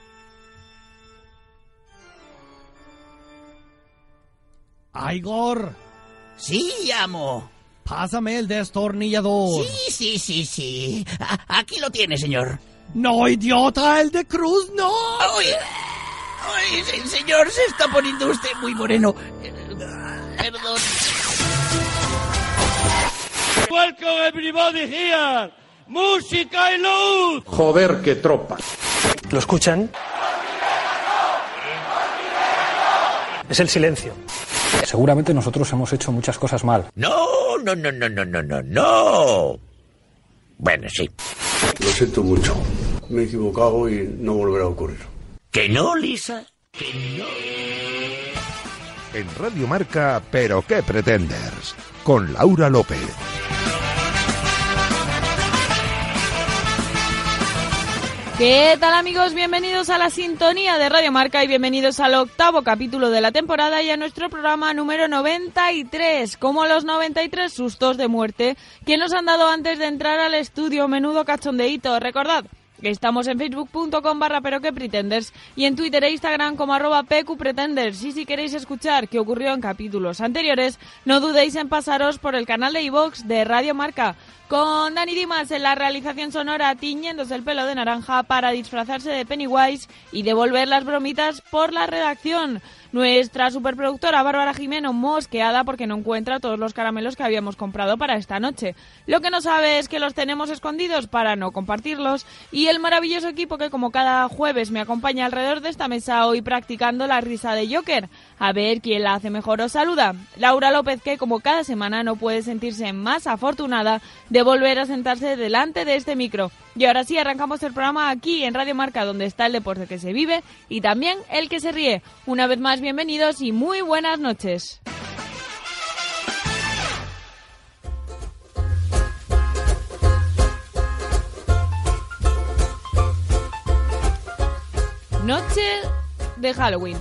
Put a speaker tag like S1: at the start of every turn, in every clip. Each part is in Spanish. S1: ¡Igor!
S2: Sí, amo.
S1: Pásame el destornillador.
S2: Sí, sí, sí, sí. A- aquí lo tiene, señor.
S1: No, idiota, el de Cruz, no.
S2: ¡Ay! ¡Ay, se- señor! Se está poniendo usted muy moreno. Eh, Perdón.
S3: Welcome everybody here. Música y luz.
S4: Joder, qué tropa.
S5: ¿Lo escuchan? Es el silencio.
S6: Seguramente nosotros hemos hecho muchas cosas mal.
S2: No, no, no, no, no, no, no, no. Bueno, sí.
S7: Lo siento mucho. Me he equivocado y no volverá a ocurrir.
S2: ¿Que no, Lisa? ¿Que no?
S8: En Radio Marca, pero qué pretenders, con Laura López.
S9: ¿Qué tal amigos? Bienvenidos a la sintonía de Radio Marca y bienvenidos al octavo capítulo de la temporada y a nuestro programa número 93. Como los 93 sustos de muerte que nos han dado antes de entrar al estudio, menudo cachondeíto. Recordad que estamos en facebook.com barra pero que pretenders y en Twitter e Instagram como arroba pqpretenders. Y si queréis escuchar qué ocurrió en capítulos anteriores, no dudéis en pasaros por el canal de iVox de Radio Marca. Con Dani Dimas en la realización sonora tiñéndose el pelo de naranja para disfrazarse de Pennywise y devolver las bromitas por la redacción. Nuestra superproductora Bárbara Jimeno mosqueada porque no encuentra todos los caramelos que habíamos comprado para esta noche. Lo que no sabe es que los tenemos escondidos para no compartirlos y el maravilloso equipo que como cada jueves me acompaña alrededor de esta mesa hoy practicando la risa de Joker. A ver quién la hace mejor os saluda. Laura López que como cada semana no puede sentirse más afortunada de volver a sentarse delante de este micro. Y ahora sí, arrancamos el programa aquí en Radio Marca, donde está el deporte que se vive y también el que se ríe. Una vez más, bienvenidos y muy buenas noches. Noche de Halloween.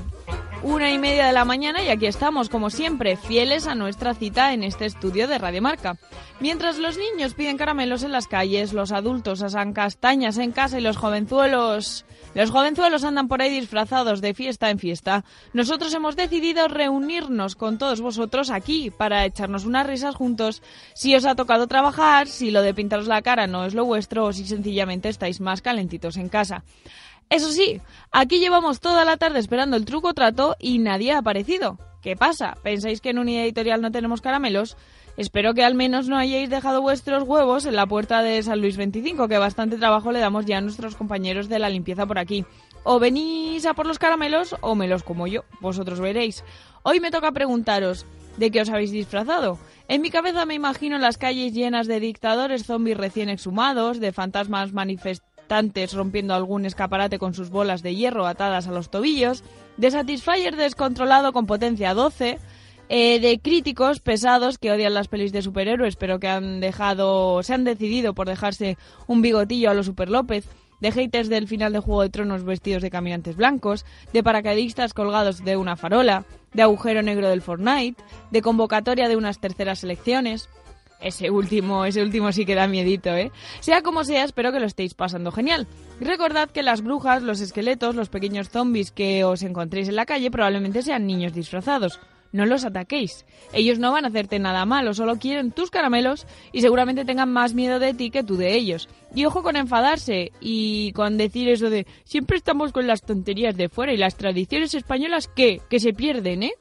S9: Una y media de la mañana y aquí estamos, como siempre, fieles a nuestra cita en este estudio de Radio Marca. Mientras los niños piden caramelos en las calles, los adultos asan castañas en casa y los jovenzuelos... Los jovenzuelos andan por ahí disfrazados de fiesta en fiesta. Nosotros hemos decidido reunirnos con todos vosotros aquí para echarnos unas risas juntos. Si os ha tocado trabajar, si lo de pintaros la cara no es lo vuestro o si sencillamente estáis más calentitos en casa. Eso sí, aquí llevamos toda la tarde esperando el truco trato y nadie ha aparecido. ¿Qué pasa? ¿Pensáis que en unidad editorial no tenemos caramelos? Espero que al menos no hayáis dejado vuestros huevos en la puerta de San Luis 25, que bastante trabajo le damos ya a nuestros compañeros de la limpieza por aquí. O venís a por los caramelos o me los como yo, vosotros veréis. Hoy me toca preguntaros, ¿de qué os habéis disfrazado? En mi cabeza me imagino las calles llenas de dictadores zombies recién exhumados, de fantasmas manifestados tantes rompiendo algún escaparate con sus bolas de hierro atadas a los tobillos, de Satisfyer descontrolado con potencia 12, eh, de críticos pesados que odian las pelis de superhéroes pero que han dejado, se han decidido por dejarse un bigotillo a los Super López, de haters del final de Juego de Tronos vestidos de caminantes blancos, de paracaidistas colgados de una farola, de agujero negro del Fortnite, de convocatoria de unas terceras elecciones. Ese último, ese último sí que da miedito, ¿eh? Sea como sea, espero que lo estéis pasando genial. Recordad que las brujas, los esqueletos, los pequeños zombies que os encontréis en la calle probablemente sean niños disfrazados. No los ataquéis. Ellos no van a hacerte nada malo, solo quieren tus caramelos y seguramente tengan más miedo de ti que tú de ellos. Y ojo con enfadarse y con decir eso de siempre estamos con las tonterías de fuera y las tradiciones españolas que, que se pierden, ¿eh?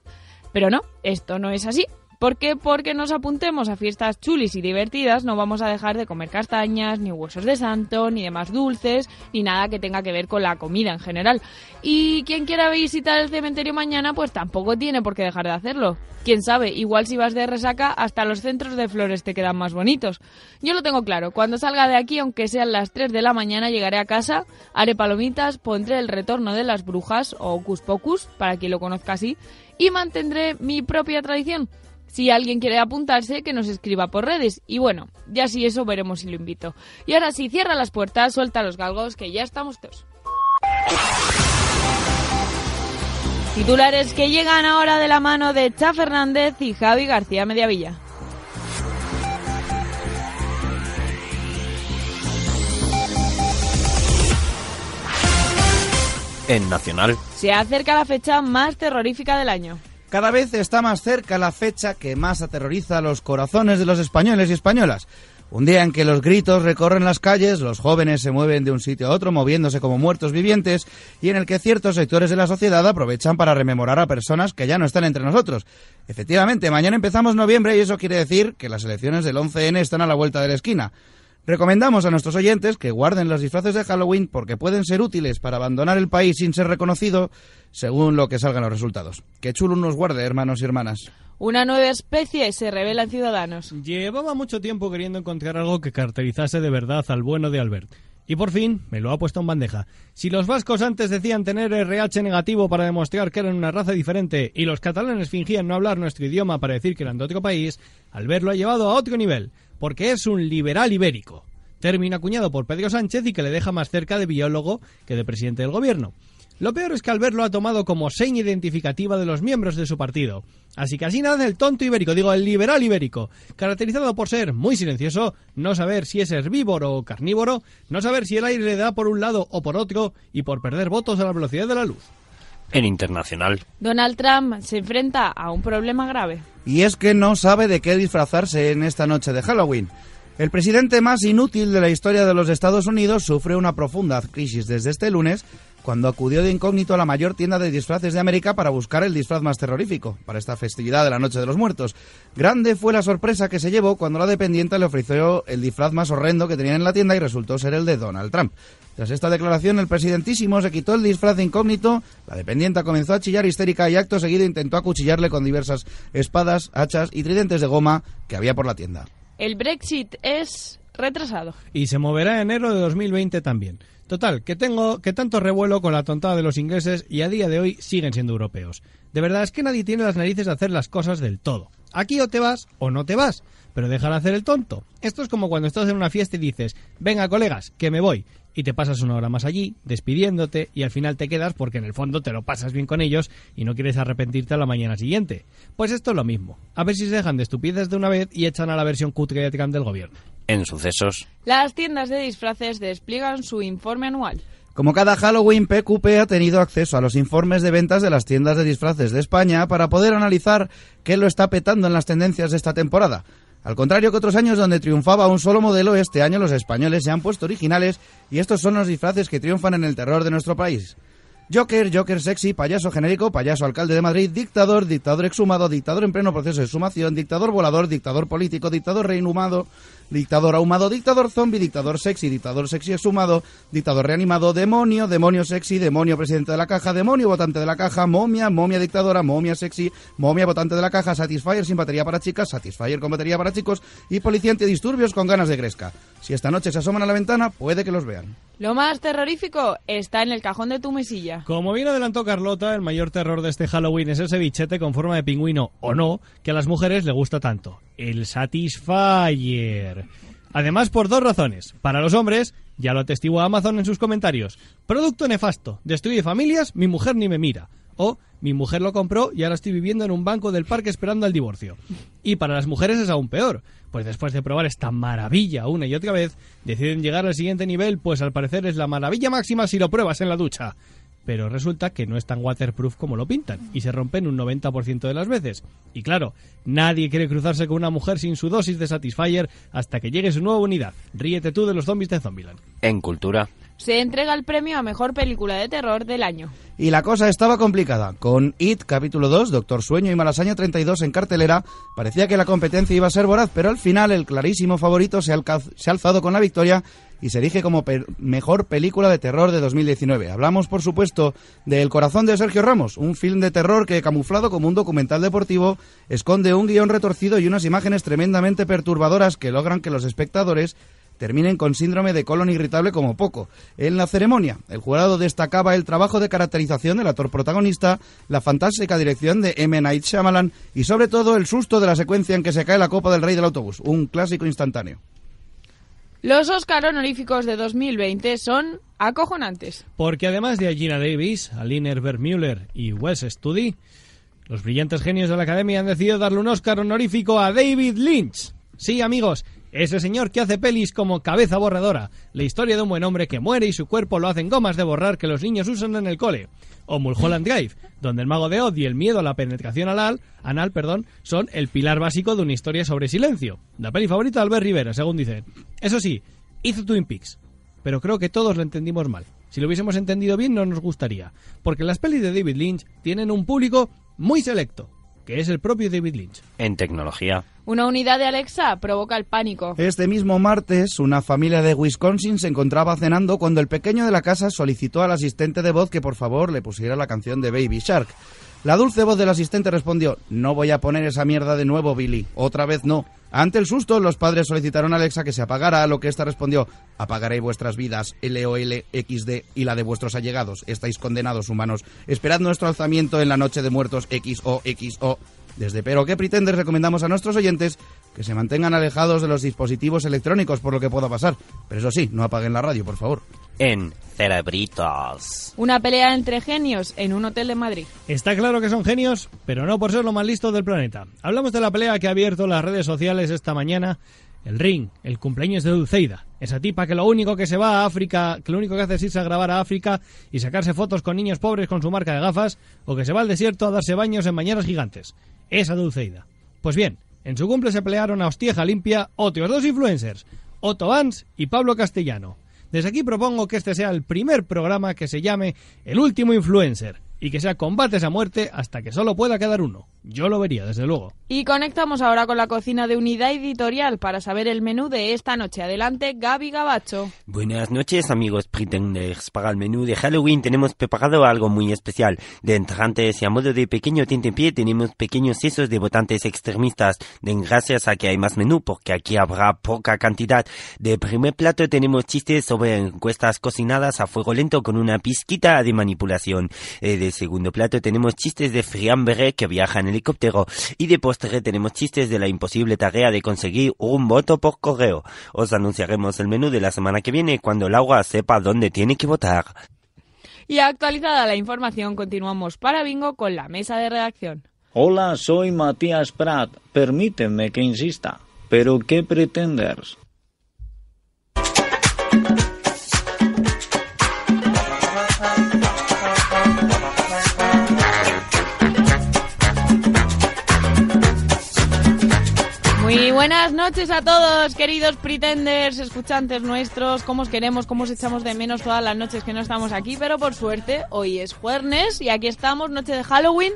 S9: Pero no, esto no es así. ¿Por qué? Porque nos apuntemos a fiestas chulis y divertidas, no vamos a dejar de comer castañas, ni huesos de santo, ni demás dulces, ni nada que tenga que ver con la comida en general. Y quien quiera visitar el cementerio mañana, pues tampoco tiene por qué dejar de hacerlo. Quién sabe, igual si vas de resaca, hasta los centros de flores te quedan más bonitos. Yo lo tengo claro, cuando salga de aquí, aunque sean las 3 de la mañana, llegaré a casa, haré palomitas, pondré el retorno de las brujas, o Ocus Pocus, para quien lo conozca así, y mantendré mi propia tradición. Si alguien quiere apuntarse, que nos escriba por redes. Y bueno, ya si eso veremos si lo invito. Y ahora sí, cierra las puertas, suelta los galgos, que ya estamos todos. Titulares que llegan ahora de la mano de Cha Fernández y Javi García Mediavilla.
S4: en Nacional.
S9: Se acerca la fecha más terrorífica del año.
S10: Cada vez está más cerca la fecha que más aterroriza los corazones de los españoles y españolas. Un día en que los gritos recorren las calles, los jóvenes se mueven de un sitio a otro moviéndose como muertos vivientes y en el que ciertos sectores de la sociedad aprovechan para rememorar a personas que ya no están entre nosotros. Efectivamente, mañana empezamos noviembre y eso quiere decir que las elecciones del 11N están a la vuelta de la esquina. Recomendamos a nuestros oyentes que guarden los disfraces de Halloween porque pueden ser útiles para abandonar el país sin ser reconocido según lo que salgan los resultados. Que chulo nos guarde, hermanos y hermanas.
S9: Una nueva especie se revela en Ciudadanos.
S1: Llevaba mucho tiempo queriendo encontrar algo que caracterizase de verdad al bueno de Albert. Y por fin me lo ha puesto en bandeja. Si los vascos antes decían tener RH negativo para demostrar que eran una raza diferente y los catalanes fingían no hablar nuestro idioma para decir que eran de otro país, Albert lo ha llevado a otro nivel, porque es un liberal ibérico. Término acuñado por Pedro Sánchez y que le deja más cerca de biólogo que de presidente del gobierno. Lo peor es que Albert lo ha tomado como seña identificativa de los miembros de su partido. Así que así nace el tonto ibérico, digo, el liberal ibérico, caracterizado por ser muy silencioso, no saber si es herbívoro o carnívoro, no saber si el aire le da por un lado o por otro y por perder votos a la velocidad de la luz.
S4: En Internacional.
S9: Donald Trump se enfrenta a un problema grave.
S10: Y es que no sabe de qué disfrazarse en esta noche de Halloween. El presidente más inútil de la historia de los Estados Unidos sufre una profunda crisis desde este lunes cuando acudió de incógnito a la mayor tienda de disfraces de América para buscar el disfraz más terrorífico para esta festividad de la Noche de los Muertos. Grande fue la sorpresa que se llevó cuando la dependiente le ofreció el disfraz más horrendo que tenía en la tienda y resultó ser el de Donald Trump. Tras esta declaración, el presidentísimo se quitó el disfraz de incógnito, la dependiente comenzó a chillar histérica y acto seguido intentó acuchillarle con diversas espadas, hachas y tridentes de goma que había por la tienda.
S9: El Brexit es retrasado.
S1: Y se moverá en enero de 2020 también. Total, que tengo que tanto revuelo con la tontada de los ingleses y a día de hoy siguen siendo europeos. De verdad es que nadie tiene las narices de hacer las cosas del todo. Aquí o te vas o no te vas, pero dejar hacer el tonto. Esto es como cuando estás en una fiesta y dices, venga colegas, que me voy, y te pasas una hora más allí, despidiéndote, y al final te quedas porque en el fondo te lo pasas bien con ellos y no quieres arrepentirte a la mañana siguiente. Pues esto es lo mismo. A ver si se dejan de estupideces de una vez y echan a la versión cutre de Trump del gobierno.
S4: En Sucesos.
S9: Las tiendas de disfraces despliegan su informe anual.
S10: Como cada Halloween, PQP ha tenido acceso a los informes de ventas de las tiendas de disfraces de España para poder analizar qué lo está petando en las tendencias de esta temporada. Al contrario que otros años donde triunfaba un solo modelo, este año los españoles se han puesto originales y estos son los disfraces que triunfan en el terror de nuestro país. Joker, Joker sexy, payaso genérico, payaso alcalde de Madrid, dictador, dictador exhumado, dictador en pleno proceso de exhumación, dictador volador, dictador político, dictador reinhumado, dictador ahumado, dictador zombie, dictador sexy, dictador sexy exhumado, dictador reanimado, demonio, demonio sexy, demonio presidente de la caja, demonio votante de la caja, momia, momia dictadora, momia sexy, momia votante de la caja, satisfier sin batería para chicas, satisfier con batería para chicos y policía antidisturbios con ganas de gresca. Si esta noche se asoman a la ventana, puede que los vean.
S9: Lo más terrorífico está en el cajón de tu mesilla.
S1: Como bien adelantó Carlota, el mayor terror de este Halloween es ese bichete con forma de pingüino o no que a las mujeres le gusta tanto, el Satisfyer. Además, por dos razones. Para los hombres, ya lo atestigua Amazon en sus comentarios. Producto nefasto, destruye familias, mi mujer ni me mira. O mi mujer lo compró y ahora estoy viviendo en un banco del parque esperando al divorcio. Y para las mujeres es aún peor, pues después de probar esta maravilla una y otra vez, deciden llegar al siguiente nivel, pues al parecer es la maravilla máxima si lo pruebas en la ducha. Pero resulta que no es tan waterproof como lo pintan y se rompen un 90% de las veces. Y claro, nadie quiere cruzarse con una mujer sin su dosis de Satisfyer hasta que llegue su nueva unidad. Ríete tú de los zombies de Zombieland.
S4: En Cultura.
S9: Se entrega el premio a mejor película de terror del año.
S10: Y la cosa estaba complicada. Con It, capítulo 2, Doctor Sueño y Malasaña 32 en cartelera, parecía que la competencia iba a ser voraz, pero al final el clarísimo favorito se, alca- se ha alzado con la victoria y se erige como pe- mejor película de terror de 2019. Hablamos, por supuesto, de El corazón de Sergio Ramos, un film de terror que, camuflado como un documental deportivo, esconde un guión retorcido y unas imágenes tremendamente perturbadoras que logran que los espectadores terminen con síndrome de colon irritable como poco. En la ceremonia, el jurado destacaba el trabajo de caracterización del actor protagonista, la fantástica dirección de M. Night Shyamalan y sobre todo el susto de la secuencia en que se cae la copa del rey del autobús, un clásico instantáneo.
S9: Los Oscar honoríficos de 2020 son acojonantes.
S1: Porque además de a Gina Davis, a Liner Vermüller y Wes Studi, los brillantes genios de la academia han decidido darle un Oscar honorífico a David Lynch. Sí, amigos, Ese señor que hace pelis como Cabeza Borradora, la historia de un buen hombre que muere y su cuerpo lo hacen gomas de borrar que los niños usan en el cole. O Mulholland Drive, donde el mago de Oz y el miedo a la penetración anal, anal perdón, son el pilar básico de una historia sobre silencio. La peli favorita de Albert Rivera, según dicen. Eso sí, hizo Twin Peaks, pero creo que todos lo entendimos mal. Si lo hubiésemos entendido bien no nos gustaría, porque las pelis de David Lynch tienen un público muy selecto, que es el propio David Lynch.
S4: En tecnología.
S9: Una unidad de Alexa provoca el pánico.
S10: Este mismo martes, una familia de Wisconsin se encontraba cenando cuando el pequeño de la casa solicitó al asistente de voz que por favor le pusiera la canción de Baby Shark. La dulce voz del asistente respondió, no voy a poner esa mierda de nuevo, Billy. Otra vez no. Ante el susto, los padres solicitaron a Alexa que se apagara, a lo que ésta respondió, apagaré vuestras vidas, LOLXD y la de vuestros allegados. Estáis condenados, humanos. Esperad nuestro alzamiento en la noche de muertos, XOXO. Desde Pero qué pretendes recomendamos a nuestros oyentes que se mantengan alejados de los dispositivos electrónicos por lo que pueda pasar. Pero eso sí, no apaguen la radio, por favor.
S4: En cerebritos.
S9: Una pelea entre genios en un hotel de Madrid.
S1: Está claro que son genios, pero no por ser lo más listo del planeta. Hablamos de la pelea que ha abierto las redes sociales esta mañana. El ring, el cumpleaños de Dulceida, esa tipa que lo único que se va a África, que lo único que hace es irse a grabar a África y sacarse fotos con niños pobres con su marca de gafas, o que se va al desierto a darse baños en mañanas gigantes. Esa Dulceida. Pues bien, en su cumple se pelearon a hostieja limpia otros dos influencers, Otto Vance y Pablo Castellano. Desde aquí propongo que este sea el primer programa que se llame El último influencer y que sea combates a muerte hasta que solo pueda quedar uno. Yo lo vería, desde luego.
S9: Y conectamos ahora con la cocina de Unidad Editorial para saber el menú de esta noche. Adelante, Gaby Gabacho.
S4: Buenas noches, amigos pretenders. Para el menú de Halloween tenemos preparado algo muy especial. De entrantes y a modo de pequeño tentempié tenemos pequeños sesos de votantes extremistas. Den gracias a que hay más menú porque aquí habrá poca cantidad. De primer plato tenemos chistes sobre encuestas cocinadas a fuego lento con una pizquita de manipulación. Eh, de segundo plato tenemos chistes de Friambere que viaja en helicóptero. Y de postre tenemos chistes de la imposible tarea de conseguir un voto por correo. Os anunciaremos el menú de la semana que viene cuando Laura sepa dónde tiene que votar.
S9: Y actualizada la información, continuamos para Bingo con la mesa de redacción.
S11: Hola, soy Matías Prat. Permíteme que insista. ¿Pero qué pretenders?
S9: Muy buenas noches a todos, queridos pretenders, escuchantes nuestros, cómo os queremos, cómo os echamos de menos todas las noches que no estamos aquí, pero por suerte hoy es jueves y aquí estamos, noche de Halloween,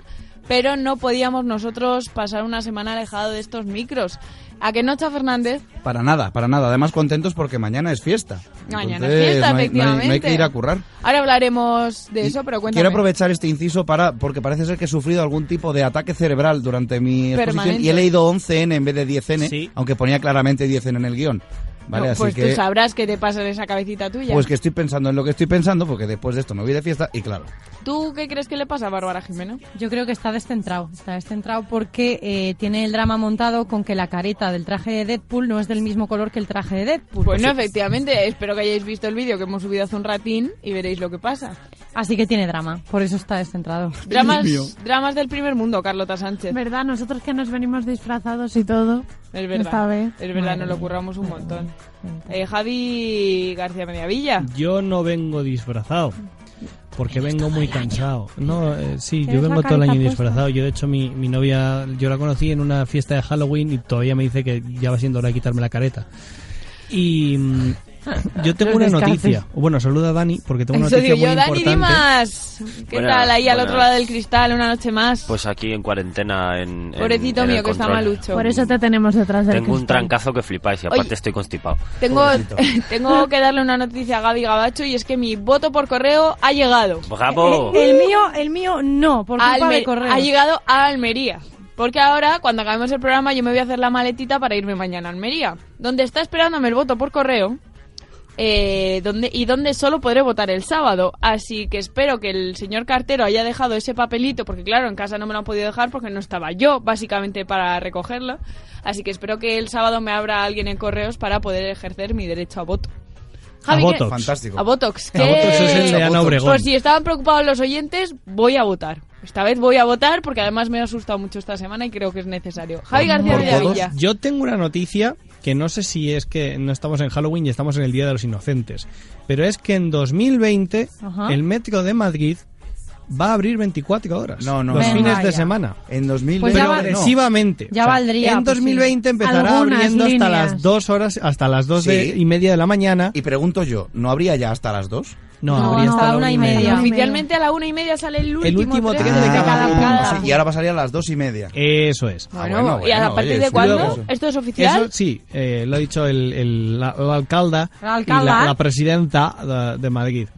S9: pero no podíamos nosotros pasar una semana alejado de estos micros. ¿A qué noche, Fernández?
S10: Para nada, para nada. Además contentos porque mañana es fiesta.
S9: Mañana es
S10: Entonces,
S9: fiesta,
S10: no hay- no hay-
S9: efectivamente.
S10: no hay que ir a currar.
S9: Ahora hablaremos de
S10: Y
S9: eso, pero cuéntame.
S10: Quiero aprovechar este inciso para porque parece ser que he sufrido algún tipo de ataque cerebral durante mi exposición
S9: Permanente.
S10: y he leído 11N en vez de 10N,
S1: Sí.
S10: aunque ponía claramente 10N en el guión. Vale,
S9: No,
S10: así
S9: pues
S10: que
S9: tú sabrás qué te pasa en esa cabecita tuya.
S10: pues que estoy pensando en lo que estoy pensando porque después de esto me voy de fiesta y claro.
S9: ¿Tú qué crees que le pasa a Bárbara Jimeno?
S12: Yo creo que está descentrado. Está descentrado porque eh, tiene el drama montado con que la careta del traje de Deadpool no es del mismo color que el traje de Deadpool.
S9: Pues no, efectivamente, espero que hayáis visto el vídeo que hemos subido hace un ratín y veréis lo que pasa.
S12: Así que tiene drama. Por eso está descentrado.
S9: Dramas, dramas del primer mundo, Carlota Sánchez.
S12: ¿Verdad? Nosotros que nos venimos disfrazados y todo.
S9: Es verdad.
S12: Esta vez.
S9: Es verdad, nos lo curramos un montón. Eh, Javi García Mediavilla.
S1: Yo no vengo disfrazado. Porque vengo muy cansado. No, eh, sí, yo
S12: Tienes la
S1: vengo todo el
S12: careta
S1: año
S12: puesta.
S1: disfrazado. Yo, de hecho, mi, mi novia, yo la conocí en una fiesta de Halloween y todavía me dice que ya va siendo hora de quitarme la careta. Y mm, yo tengo
S12: Los
S1: una
S12: descalzos.
S1: noticia. Bueno, saluda a Dani porque tengo una
S9: Eso
S1: noticia
S9: digo
S1: muy
S9: yo, Dani
S1: importante.
S9: Dimas. ¿Qué
S4: Buenas,
S9: tal? Ahí al otro
S4: buenas.
S9: lado del cristal, una noche más.
S4: Pues aquí en cuarentena en... en-
S9: Pobrecito
S4: en el
S9: mío, que está
S4: control.
S9: malucho.
S12: te tenemos detrás
S4: Tengo un trancazo que flipáis y aparte
S9: Oye.
S4: estoy constipado.
S9: Tengo, tengo que darle una noticia a Gaby Gabacho y es que mi voto por correo ha llegado. Eh,
S4: ¡Bravo!
S12: El mío, el mío no, por culpa
S9: Alme-
S12: de correos.
S9: Ha llegado a Almería. Porque ahora, cuando acabemos el programa, yo me voy a hacer la maletita para irme mañana a Almería. Donde está esperándome el voto por correo. eh, donde, y donde solo podré votar el sábado. Así que espero que el señor cartero haya dejado ese papelito. Porque claro, en casa no me lo han podido dejar porque no estaba yo, básicamente, para recogerlo. Así que espero que el sábado me abra alguien en correos para poder ejercer mi derecho a voto. Javi,
S1: a
S9: ¿qué-
S1: Botox.
S10: Fantástico.
S9: a Botox.
S1: A Botox es el de Ana Obregón.
S9: Por si estaban preocupados los oyentes, voy a votar. Esta vez voy a votar porque además me ha asustado mucho esta semana y creo que es necesario. Javi García
S1: Por
S9: Villavilla.
S1: todos. Yo tengo una noticia que no sé si es que no estamos en Halloween y estamos en el Día de los Inocentes, pero es que en 2020
S12: Ajá.
S1: el Metro de Madrid va a abrir 24 horas.
S10: No, no,
S1: Los
S10: no.
S1: fines
S10: Vaya.
S1: de semana.
S10: En 2020.
S1: Pero agresivamente.
S12: ya
S1: O sea,
S12: valdría,
S1: En
S12: pues,
S1: 2020
S12: sí.
S1: empezará
S12: Algunas
S1: abriendo hasta
S12: líneas.
S1: las 2 horas, hasta las 2 de...
S10: y
S1: media de la mañana.
S10: Y pregunto yo, ¿no habría ya hasta las dos?
S1: No,
S12: No, habría hasta hasta la una y una y media. media.
S9: Oficialmente a la una y media sale el último,
S1: El último
S9: tren,
S1: tren
S9: de
S1: de
S9: cada,
S1: cada Eh,
S9: cada-
S10: Sí, y ahora pasaría a las dos y media.
S1: Eso es.
S9: Bueno, ¿y a partir de cuándo? ¿Esto es oficial?
S1: Eso sí, eh, lo ha dicho el, el- la, la alcalda
S9: La
S1: y la,
S9: alcalda.
S1: la presidenta de, de Madrid.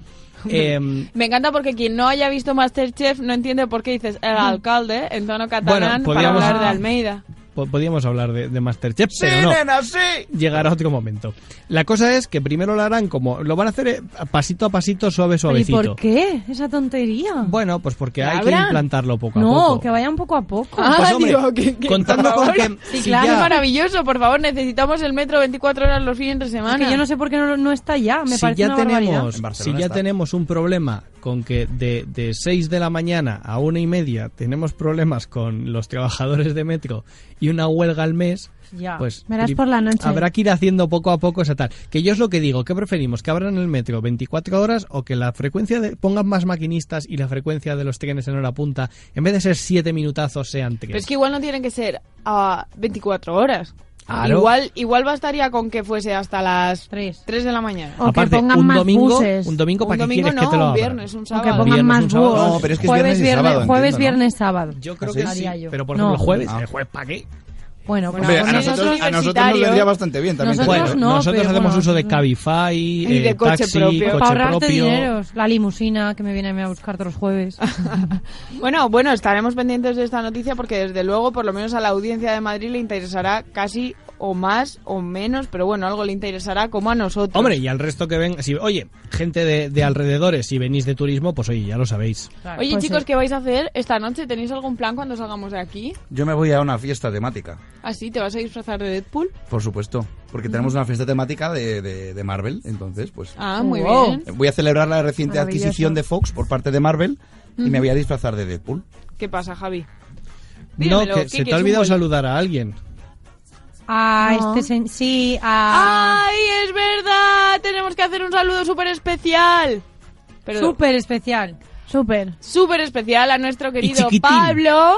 S1: Em,
S9: Me encanta porque quien no haya visto Masterchef no entiende por qué dices el alcalde eh, en tono catalán
S1: Bueno, podríamos-
S9: para hablar de Almeida.
S1: po- podíamos hablar de, de Masterchef, pero no.
S9: sí.
S1: Llegará otro momento. La cosa es que primero lo harán como... Lo van a hacer eh, pasito a pasito, suave,
S12: Pero ¿Y
S1: suavecito.
S12: por qué esa tontería?
S1: Bueno, pues porque hay que
S12: ¿Habrán?
S1: implantarlo poco a
S12: no,
S1: poco.
S12: que vayan poco a poco.
S9: Ah,
S1: Pues, hombre,
S9: digo, que- que-
S1: contando
S9: por
S1: con
S9: favor.
S1: que
S9: Sí,
S1: si
S9: claro,
S1: ya-
S9: es maravilloso, por favor, necesitamos el metro 24 horas los fines de semana.
S12: Es que yo no sé por qué no, no está ya, me
S1: si
S12: parece
S1: ya
S12: una
S1: tenemos,
S12: barbaridad.
S1: si ya tenemos un problema con que de, de 6 de la mañana a una y media tenemos problemas con los trabajadores de metro y una huelga al mes,
S12: Ya.
S1: pues
S12: Verás
S1: pri-
S12: por la noche.
S1: habrá que ir haciendo poco a poco esa tal. Que yo es lo que digo, ¿qué preferimos? ¿Que abran el metro 24 horas o que la frecuencia de, pongan más maquinistas y la frecuencia de los trenes en hora punta, en vez de ser 7 minutazos, sean 3?
S9: Pero es que igual no tienen que ser a 24 horas.
S1: Claro.
S9: Igual, igual bastaría con que fuese hasta las 3, de la mañana.
S1: O que Aparte, pongan un más domingo- buses. un domingo, ¿para qué
S9: domingo
S1: quieres que
S9: no,
S1: te lo
S9: Un
S1: abran?
S9: viernes, un
S1: O que
S9: sábado.
S1: pongan Viernes, más un sábado. búhos. No, pero es que es
S12: jueves,
S1: viernes y
S12: viernes,
S1: sábado, entiendo,
S12: jueves,
S1: ¿no?
S12: viernes, sábado.
S1: Yo creo
S12: ¿Ah,
S1: que
S12: sí?
S1: sí,
S12: Haría yo.
S1: pero por
S12: No.
S1: ejemplo el
S2: Pues,
S1: jueves,
S12: Ah.
S1: ¿el jueves para qué?
S12: Bueno,
S10: Hombre, a nosotros- a nosotros nos vendría bastante bien también.
S12: Nosotros
S1: Bueno,
S12: no,
S1: nosotros
S12: pero
S1: hacemos
S12: bueno,
S1: uso de Cabify,
S12: Y de
S1: eh,
S12: coche
S1: taxi,
S12: propio.
S1: coche
S12: para ahorrarte
S1: propio.
S12: dineros. La limusina que me viene a mí a buscar todos los jueves.
S9: Bueno, bueno, estaremos pendientes de esta noticia porque desde luego, por lo menos a la audiencia de Madrid le interesará casi o más o menos, pero bueno, algo le interesará como a nosotros.
S1: Hombre, y al resto que ven, si, oye, gente de, de alrededores, si venís de turismo, pues oye, ya lo sabéis.
S9: Oye,
S12: Pues
S1: pues
S9: chicos, ¿qué vais a hacer esta noche? ¿Tenéis algún plan cuando salgamos de aquí?
S10: Yo me voy a una fiesta temática,
S9: ¿Así? ¿Te vas a disfrazar de Deadpool?
S10: por supuesto. Porque tenemos una fiesta temática de, de- de Marvel, entonces, pues.
S9: Ah, muy
S10: Wow.
S9: bien.
S10: Voy a celebrar la reciente
S9: Maravilloso.
S10: adquisición de Fox por parte de Marvel y me
S9: Ujú.
S10: voy a disfrazar de Deadpool.
S9: ¿Qué pasa, Javi?
S1: no, que se te ha olvidado saludar a alguien.
S12: Ah,
S9: No.
S12: este sen- sí, ah,
S9: ¡Ay, es verdad! Tenemos que hacer un saludo súper especial. Perdón.
S12: súper especial. Súper.
S9: Súper especial a nuestro querido
S12: chiquitín.
S9: Pablo.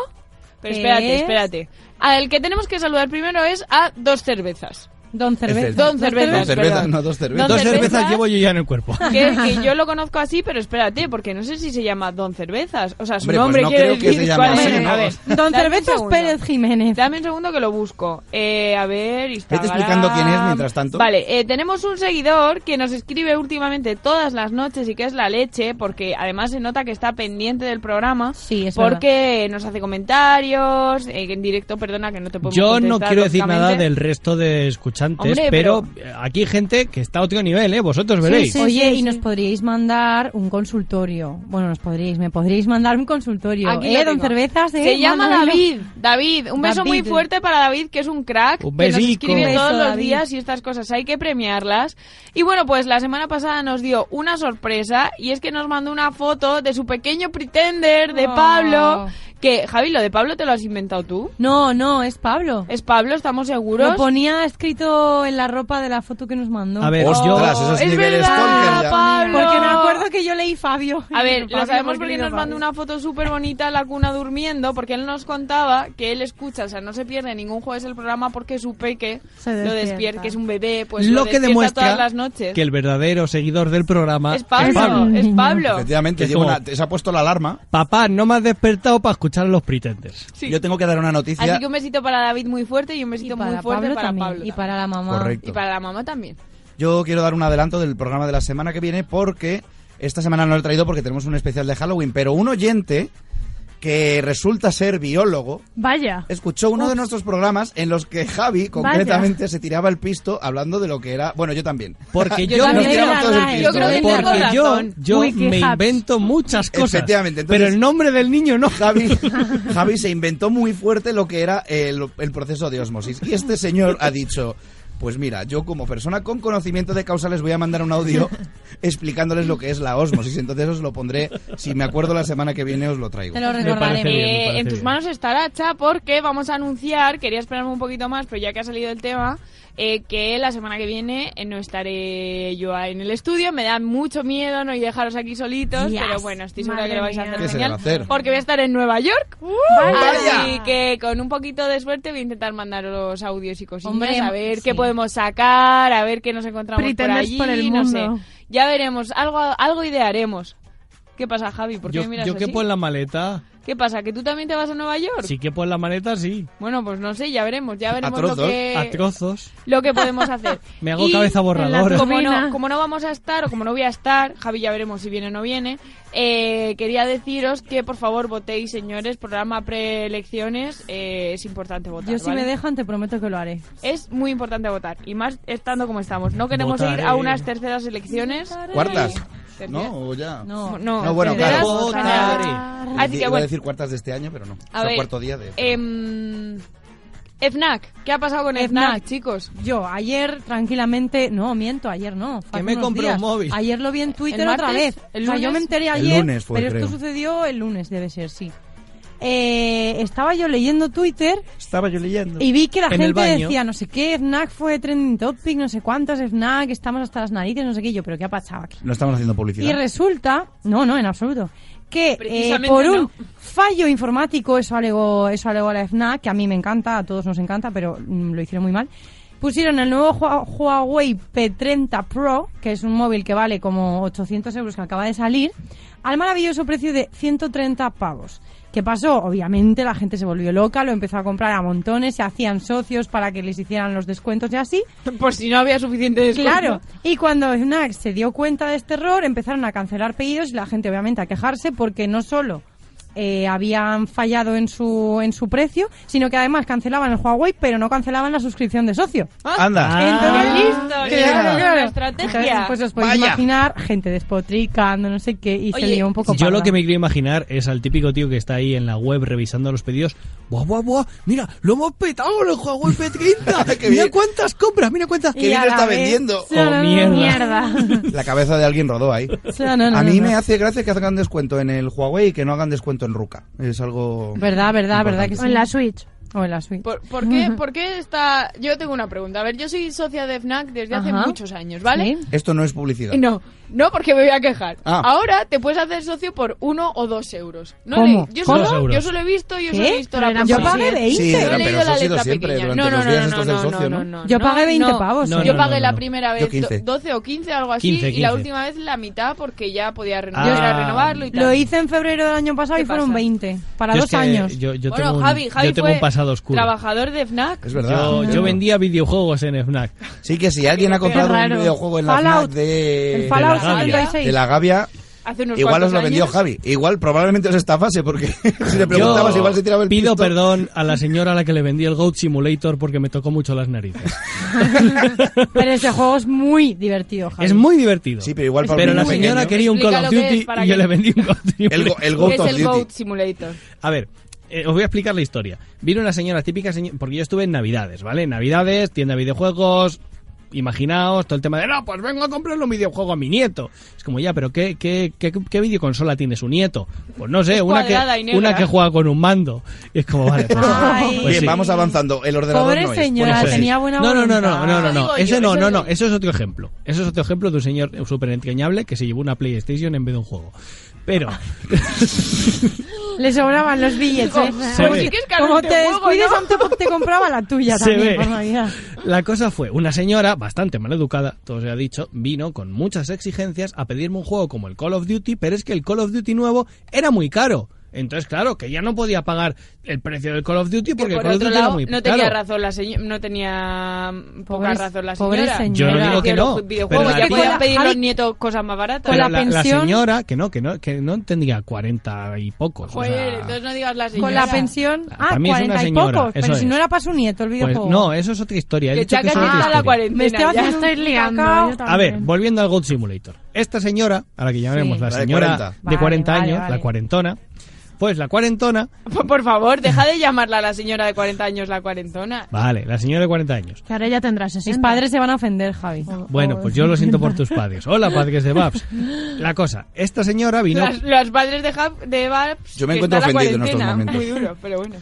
S9: Pero
S12: ¿Qué
S9: espérate,
S12: es?
S9: espérate. Al que tenemos que saludar primero es a Dos Cervezas.
S12: Don
S10: Cerveza.
S9: Don Cervezas,
S10: Dos cervezas,
S9: perdón.
S10: no, dos cervezas.
S9: Don
S1: Dos cervezas llevo yo ya en el cuerpo.
S9: Que, que yo lo conozco así, pero espérate, porque no sé si se llama Don Cervezas. O sea, su
S10: Hombre, pues
S9: nombre
S10: no
S9: quiere
S10: creo que
S9: decir
S10: se llame
S9: cuál
S10: así,
S9: es.
S10: ¿no?
S9: A ver,
S12: Don
S9: dame un
S12: Cervezas
S9: segundo.
S12: Pérez Jiménez.
S9: Dame un segundo que lo busco. Eh, a ver, Instagram.
S10: explicando quién es mientras tanto.
S9: Vale, eh, tenemos un seguidor que nos escribe últimamente todas las noches y que es la leche, porque además se nota que está pendiente del programa. Sí,
S12: es
S9: Porque nos hace comentarios, eh, en directo, perdona que no te puedo
S1: Yo no quiero decir nada del resto de escuchantes,
S9: pues Hombre,
S1: pero, eh, aquí hay gente que está a otro nivel, ¿eh? Vosotros veréis.
S12: Oye, y nos podríais mandar un consultorio. Bueno, nos podríais, me podríais mandar un consultorio.
S9: Aquí
S12: eh,
S9: lo
S12: don
S9: tengo.
S12: Cervezas, eh,
S9: Se llama
S12: mándamelo.
S9: David. David, un beso
S12: David.
S9: muy fuerte para David, que es un crack.
S1: Un
S9: que nos
S1: besico.
S9: escribe
S1: Un
S12: beso,
S9: todos los
S12: David.
S9: días y estas cosas hay que premiarlas. Y bueno, pues la semana pasada nos dio una sorpresa y es que nos mandó una foto de su pequeño pretender de
S12: Oh.
S9: Pablo. Que, Javi, lo de Pablo te lo has inventado tú.
S12: No, no, es Pablo.
S9: Es Pablo, estamos seguros.
S12: Lo ponía escrito en la ropa de la foto que nos mandó.
S1: A ver,
S10: Ostras,
S1: yo...
S10: esos
S9: es
S10: niveles
S9: verdad,
S10: stalker ya.
S9: Pablo.
S12: Porque me acuerdo que yo leí Fabio.
S9: A ver,
S12: Pablo,
S9: lo sabemos
S12: porque
S9: porque
S12: digo
S9: nos mandó
S12: Pablo.
S9: una foto súper bonita a la cuna durmiendo, porque él nos contaba que él escucha, o sea, no se pierde ningún jueves el programa porque su peque
S12: Se
S9: lo
S12: despierta.
S9: despierta, que es un bebé, pues
S1: lo,
S9: lo,
S1: que
S9: despierta
S1: demuestra
S9: todas las noches.
S1: que el verdadero seguidor del programa
S9: Es Pablo, es Pablo.
S10: Efectivamente,
S1: Es
S10: llevo
S1: como-
S10: una- se ha puesto la alarma.
S1: Papá, no me has despertado para escuchar a los pretenders.
S10: Yo tengo que dar una noticia.
S9: Así que un besito para David muy fuerte y un besito
S12: Y para
S9: muy fuerte
S12: Pablo
S9: para
S12: también,
S9: Pablo.
S12: y para la mamá.
S10: Correcto.
S9: Y para la mamá también.
S10: Yo quiero dar un adelanto del programa de la semana que viene porque esta semana no lo he traído porque tenemos un especial de Halloween, pero un oyente que resulta ser biólogo
S13: Vaya.
S10: escuchó uno de
S13: Ups.
S10: nuestros programas en los que Javi concretamente se tiraba el pisto hablando de lo que era... Bueno, yo también.
S1: Porque yo,
S10: Nos tiramos todos el pisto, ¿eh?
S1: porque yo, yo
S10: Uy, qué
S1: me
S10: haps.
S1: invento muchas cosas.
S10: Efectivamente, entonces-
S1: pero el nombre del niño no.
S10: Javi, Javi se inventó muy fuerte lo que era el, el proceso de osmosis. Y este señor ha dicho, Pues mira, yo como persona con conocimiento de causa les voy a mandar un audio explicándoles lo que es la osmosis. Entonces os lo pondré, si me acuerdo la semana que viene os lo traigo.
S9: Te lo recordaremos. Eh, en tus manos estará, Cha, porque vamos a anunciar, quería esperarme un poquito más, pero ya que ha salido el tema, eh, que la semana que viene eh, no estaré yo en el estudio. Me da mucho miedo no y dejaros aquí solitos,
S13: Yes.
S9: pero bueno, estoy segura
S13: Madre
S9: que lo vais a
S13: mía. Uh,
S9: hacer
S10: ¿Qué se le
S9: genial.
S10: va a hacer?
S9: Porque voy a estar en Nueva York.
S13: Vaya.
S9: Así que con un poquito de suerte voy a intentar mandaros audios y cosillas,
S13: Hombre,
S9: a ver
S13: sí.
S9: qué podemos sacar, a ver qué nos encontramos por
S13: Pretenders
S9: allí,
S13: por el
S9: no
S13: mundo.
S9: sé. Ya veremos, algo algo idearemos. ¿Qué pasa, Javi? ¿Por qué
S1: Yo,
S9: me miras
S1: yo
S9: así?
S1: quepo en la maleta.
S9: ¿Qué pasa? ¿Que tú también te vas a Nueva York?
S1: Si quepo en la maleta, sí.
S9: Bueno, pues no sé, ya veremos, ya veremos pues lo que
S1: A trozos.
S9: lo que podemos hacer.
S1: Me hago
S9: Y
S1: cabeza borradora.
S9: Como
S13: turbina.
S9: no, como no vamos a estar o como no voy a estar, Javi ya veremos si viene o no viene, eh, quería deciros que por favor votéis, señores, programa preelecciones, eh, es importante votar.
S12: Yo si
S9: ¿vale?
S12: me dejan te prometo que lo haré.
S9: Es muy importante votar, y más estando como estamos. No queremos
S12: Votaré.
S9: ir a unas terceras elecciones.
S10: ¿Cuartas?
S9: Terceras.
S10: ¿No? ¿O ya?
S9: No.
S10: No, bueno,
S9: terceras,
S10: claro.
S9: votar. Así que
S10: Di- Iba a
S9: bueno,
S10: decir cuartas de este año, pero no.
S9: a
S10: es el
S9: ver,
S10: cuarto día de...
S9: em, FNAC, ¿qué ha pasado con FNAC, chicos?
S12: Yo ayer tranquilamente, no, miento, ayer no. fue hace
S9: me
S12: unos
S9: compré
S12: días.
S9: un móvil.
S12: Ayer lo vi en Twitter
S9: ¿El
S12: otra
S9: martes?
S12: vez.
S9: ¿El
S12: O sea, yo
S9: lunes?
S12: me enteré
S9: El
S12: ayer,
S10: lunes fue,
S12: pero
S10: creo.
S12: esto sucedió el lunes, debe ser, sí. Eh, estaba yo leyendo Twitter
S10: Estaba yo leyendo.
S12: y vi que la
S10: En el
S12: gente
S10: baño.
S12: decía, no sé qué, FNAC fue trending topic, no sé cuántas, FNAC, estamos hasta las narices, no sé qué, Y yo, pero ¿qué ha pasado aquí?
S10: No estamos haciendo
S12: Y
S10: publicidad.
S12: resulta, no, no, en absoluto, que eh,
S9: Precisamente
S12: por un
S9: no.
S12: fallo informático, eso alegó, eso alegó la FNAC, que a mí me encanta, a todos nos encanta, pero mm, lo hicieron muy mal, pusieron el nuevo Hua- Huawei P30 Pro, que es un móvil que vale como 800 euros, que acaba de salir, al maravilloso precio de 130 pavos. ¿Qué pasó? Obviamente la gente se volvió loca, lo empezó a comprar a montones, se hacían socios para que les hicieran los descuentos y así.
S9: Por si no había suficiente descuento.
S12: Claro, y cuando Fnac se dio cuenta de este error, empezaron a cancelar pedidos y la gente obviamente a quejarse porque no solo eh, habían fallado en su, en su precio, sino que además cancelaban el Huawei, pero no cancelaban la suscripción de socio.
S1: Ah.
S10: Anda.
S12: Entonces-
S9: ¡Qué listos!
S12: Claro,
S9: ¡Qué
S12: claro.
S9: estrategia!
S12: Entonces, pues os podéis
S9: Vaya.
S12: imaginar gente despotricando, no sé qué, y se
S9: Oye,
S12: lió un poco
S1: Yo lo
S12: parda.
S1: que me quiero imaginar es al típico tío que está ahí en la web revisando los pedidos. ¡Buah, buah, buah! Mira, lo hemos petado en el Huawei P30. mira cuántas compras, mira cuántas.
S10: ¡Qué bien está vendiendo!
S1: Oh, mierda.
S10: La cabeza de alguien rodó ahí.
S12: Sí, no, no,
S10: a mí
S12: no, no.
S10: me hace gracia que hagan descuento en el Huawei y que no hagan descuento en Ruca. Es algo.
S12: Verdad, verdad, verdad que sí.
S10: importante.
S12: Switch. O en la Switch. Mm.
S9: ¿Por, por qué, por qué está.? Yo tengo una pregunta. A ver, yo soy socia de Fnac desde hace
S12: Ajá.
S9: muchos años, ¿vale?
S10: Esto no es publicidad.
S9: No, no porque me voy a quejar.
S10: Ah.
S9: Ahora te puedes hacer socio por uno o dos euros. No
S10: ¿Cómo?
S9: le- yo,
S10: ¿Cómo?
S9: solo,
S10: Dos euros.
S9: yo solo he visto, yo
S12: ¿Qué?
S9: solo he visto
S12: Pero
S9: la
S12: eran
S9: publicidad.
S12: Yo pagué 20.
S10: Sí, eran,
S9: he
S10: pero
S9: leído
S10: eso
S9: la
S10: ha sido
S9: letra
S10: siempre,
S9: pequeña.
S10: durante
S9: no,
S10: los
S9: no,
S10: días
S9: no,
S10: estos
S9: no,
S10: del
S9: no,
S10: socio,
S9: no,
S10: ¿no?
S9: no,
S12: Yo
S9: no,
S12: pagué 20
S9: no.
S12: pavos,
S10: No,
S12: ¿eh?
S9: yo
S10: no,
S9: pagué
S10: no,
S9: la
S10: no.
S9: primera vez
S10: 15.
S9: 12 o 15, algo así,
S10: 15,
S9: y la
S10: 15.
S9: última vez la mitad porque ya podía reno-
S1: Ah.
S9: era renovarlo y tal.
S12: Lo hice en febrero del año pasado
S9: ¿Qué
S12: y Pues fueron
S9: pasa?
S12: 20, para
S1: Yo es
S12: dos
S1: que
S12: años.
S1: Yo, yo
S9: Bueno,
S1: tengo un,
S9: Javi,
S1: yo
S9: Javi
S1: tengo
S9: fue
S1: un pasado oscuro.
S9: trabajador de FNAC.
S10: Es verdad.
S1: Yo, yo vendía videojuegos en Fnac.
S10: Sí, que si alguien ha comprado un
S9: raro.
S10: videojuego en la
S9: Fallout.
S10: FNAC de.
S9: El Fallout
S10: de la Gavia,
S9: 76.
S10: de la Gavia,
S9: Hace unos
S10: Igual os
S9: cuantos
S10: lo vendió
S9: años.
S10: Javi. Igual probablemente os estafase porque si le preguntabas
S1: Yo
S10: igual se tiraba el
S1: pido
S10: pisto.
S1: perdón a la señora a la que le vendí el Goat Simulator porque me tocó mucho las narices.
S12: Pero este juego es muy divertido, Javi.
S1: es muy divertido.
S10: Sí, pero igual para
S1: Pero
S10: un
S1: la
S10: niño
S1: señora
S10: pequeño.
S1: quería un Call
S9: Explica
S1: of
S9: lo que
S1: Duty
S9: es para
S1: y yo
S9: que-
S1: le vendí un Call of Duty.
S10: El, go- el
S9: es
S10: Goat of
S9: el
S10: Duty.
S9: Goat Simulator.
S1: A ver, eh, os voy a explicar la historia. Vino una señora típica, seño- porque yo estuve en Navidades, ¿vale? En Navidades, tienda de videojuegos, imaginaos, todo el tema de, no, pues vengo a comprarle un videojuego a mi nieto. Es como, ya, pero ¿qué, qué, qué, qué videoconsola tiene su nieto? Pues no sé,
S9: Es
S1: una que,
S9: cuadrada y negra.
S1: una que juega con un mando. Y es como, vale, pues,
S12: Ay.
S1: pues
S10: Bien,
S1: sí.
S10: vamos avanzando. El ordenador
S12: Pobre
S10: no es.
S12: señora,
S10: Bueno, pues
S12: tenía
S10: sí.
S12: buena
S1: No, no, no, no,
S12: voluntad.
S1: no, no, no.
S12: Digo
S1: Ese
S12: yo,
S1: no,
S12: ese
S1: no,
S12: es
S1: no. Eso es otro ejemplo. Eso es otro ejemplo de un señor súper entrañable que se llevó una PlayStation en vez de un juego. Pero,
S12: Le sobraban los billetes.
S9: Digo,
S1: Se como ve. si
S9: quieres que
S12: Como
S9: anuncie
S12: te
S9: un juego,
S12: descuides,
S9: ¿no?
S12: antes te compraba la tuya
S1: Se
S12: también,
S1: ve.
S12: por Navidad.
S1: La cosa fue, una señora bastante maleducada, todo se ha dicho, vino con muchas exigencias a pedirme un juego como el Call of Duty, pero es que el Call of Duty nuevo era muy caro. Entonces, claro, que ya no podía pagar el precio del Call of Duty porque el
S9: por
S1: Call of
S9: otro
S1: Duty era
S9: lado,
S1: muy
S9: no tenía
S1: caro.
S9: razón la señora, no tenía mm, poca
S12: Pobre-
S9: razón la
S12: pobre
S9: señora.
S12: señora. Yo no
S1: digo que
S9: Hacía los
S1: no,
S9: ju- videojuegos,
S1: pero
S9: ya
S1: la
S9: podían
S1: tía-
S9: pedir los
S12: Javi-
S9: nietos cosas más baratas.
S1: Pero la, la señora, que no, que no, que no tendría 40 y pocos. o sea,
S9: Joder, entonces no digas la señora.
S12: Con la pensión. Ah,
S1: para mí es una
S12: 40 y
S1: señora,
S12: pocos. Pero
S1: eso
S12: si no
S1: es.
S12: era para su nieto el
S1: pues,
S12: videojuego.
S1: no, eso es otra historia. He
S9: Que
S1: dicho que
S9: Chaca
S1: es otra
S9: está la
S1: historia.
S9: cuarentena.
S12: Me estoy
S9: ya. Ah,
S12: haciendo
S13: estoy
S12: un
S13: liando,
S12: cacao.
S13: yo también.
S1: A ver, volviendo al Gold Simulator. Esta señora, a la que llamaremos
S12: Sí.
S1: la
S10: La de
S1: señora
S10: 40.
S1: de 40
S12: Vale, vale,
S1: años,
S12: vale.
S1: la cuarentona, Pues la cuarentona.
S9: pues, Por, por favor, deja de llamarla a la señora de 40 años la cuarentona.
S1: Vale, la señora de 40 años.
S12: Que ahora ya tendrás 60. Mis padres se van a ofender, Javi.
S1: Bueno, pues yo lo siento por tus padres. Hola, padres de Babs. La cosa, esta señora vino.
S9: Las- los padres de, Hub- de Babs
S1: Yo me
S9: que
S1: encuentro
S9: está la
S1: ofendido en estos
S9: cuarentena.
S1: momentos.
S9: Muy duro, pero bueno.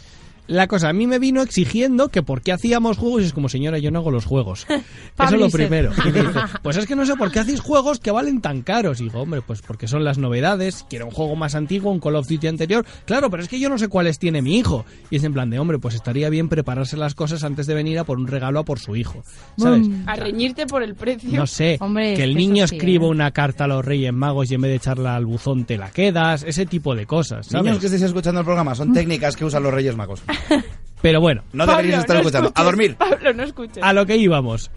S1: La cosa, a mí me vino exigiendo que por qué hacíamos juegos y es como, señora, yo no hago los juegos. Eso es lo
S9: Publisher.
S1: primero. Y dice, pues es que no sé por qué hacéis juegos que valen tan caros. Y digo, hombre, pues porque son las novedades, quiero un juego más antiguo, un Call of Duty anterior. Claro, pero es que yo no sé cuáles tiene mi hijo. Y es en plan de, hombre, pues estaría bien prepararse las cosas antes de venir a por un regalo a por su hijo. ¿Sabes?
S9: A reñirte por el precio.
S1: No sé, que el niño
S12: ¿eh?
S1: escriba una carta a los Reyes Magos y en vez de echarla al buzón te la quedas, ese tipo de cosas, ¿sabes?
S10: Niños que estéis escuchando el programa, son técnicas que usan los Reyes Magos.
S1: Pero bueno.
S10: No deberíais estar escuchando. A
S12: ¿eh?
S10: dormir.
S9: Pablo, no escuches.
S1: A lo que íbamos.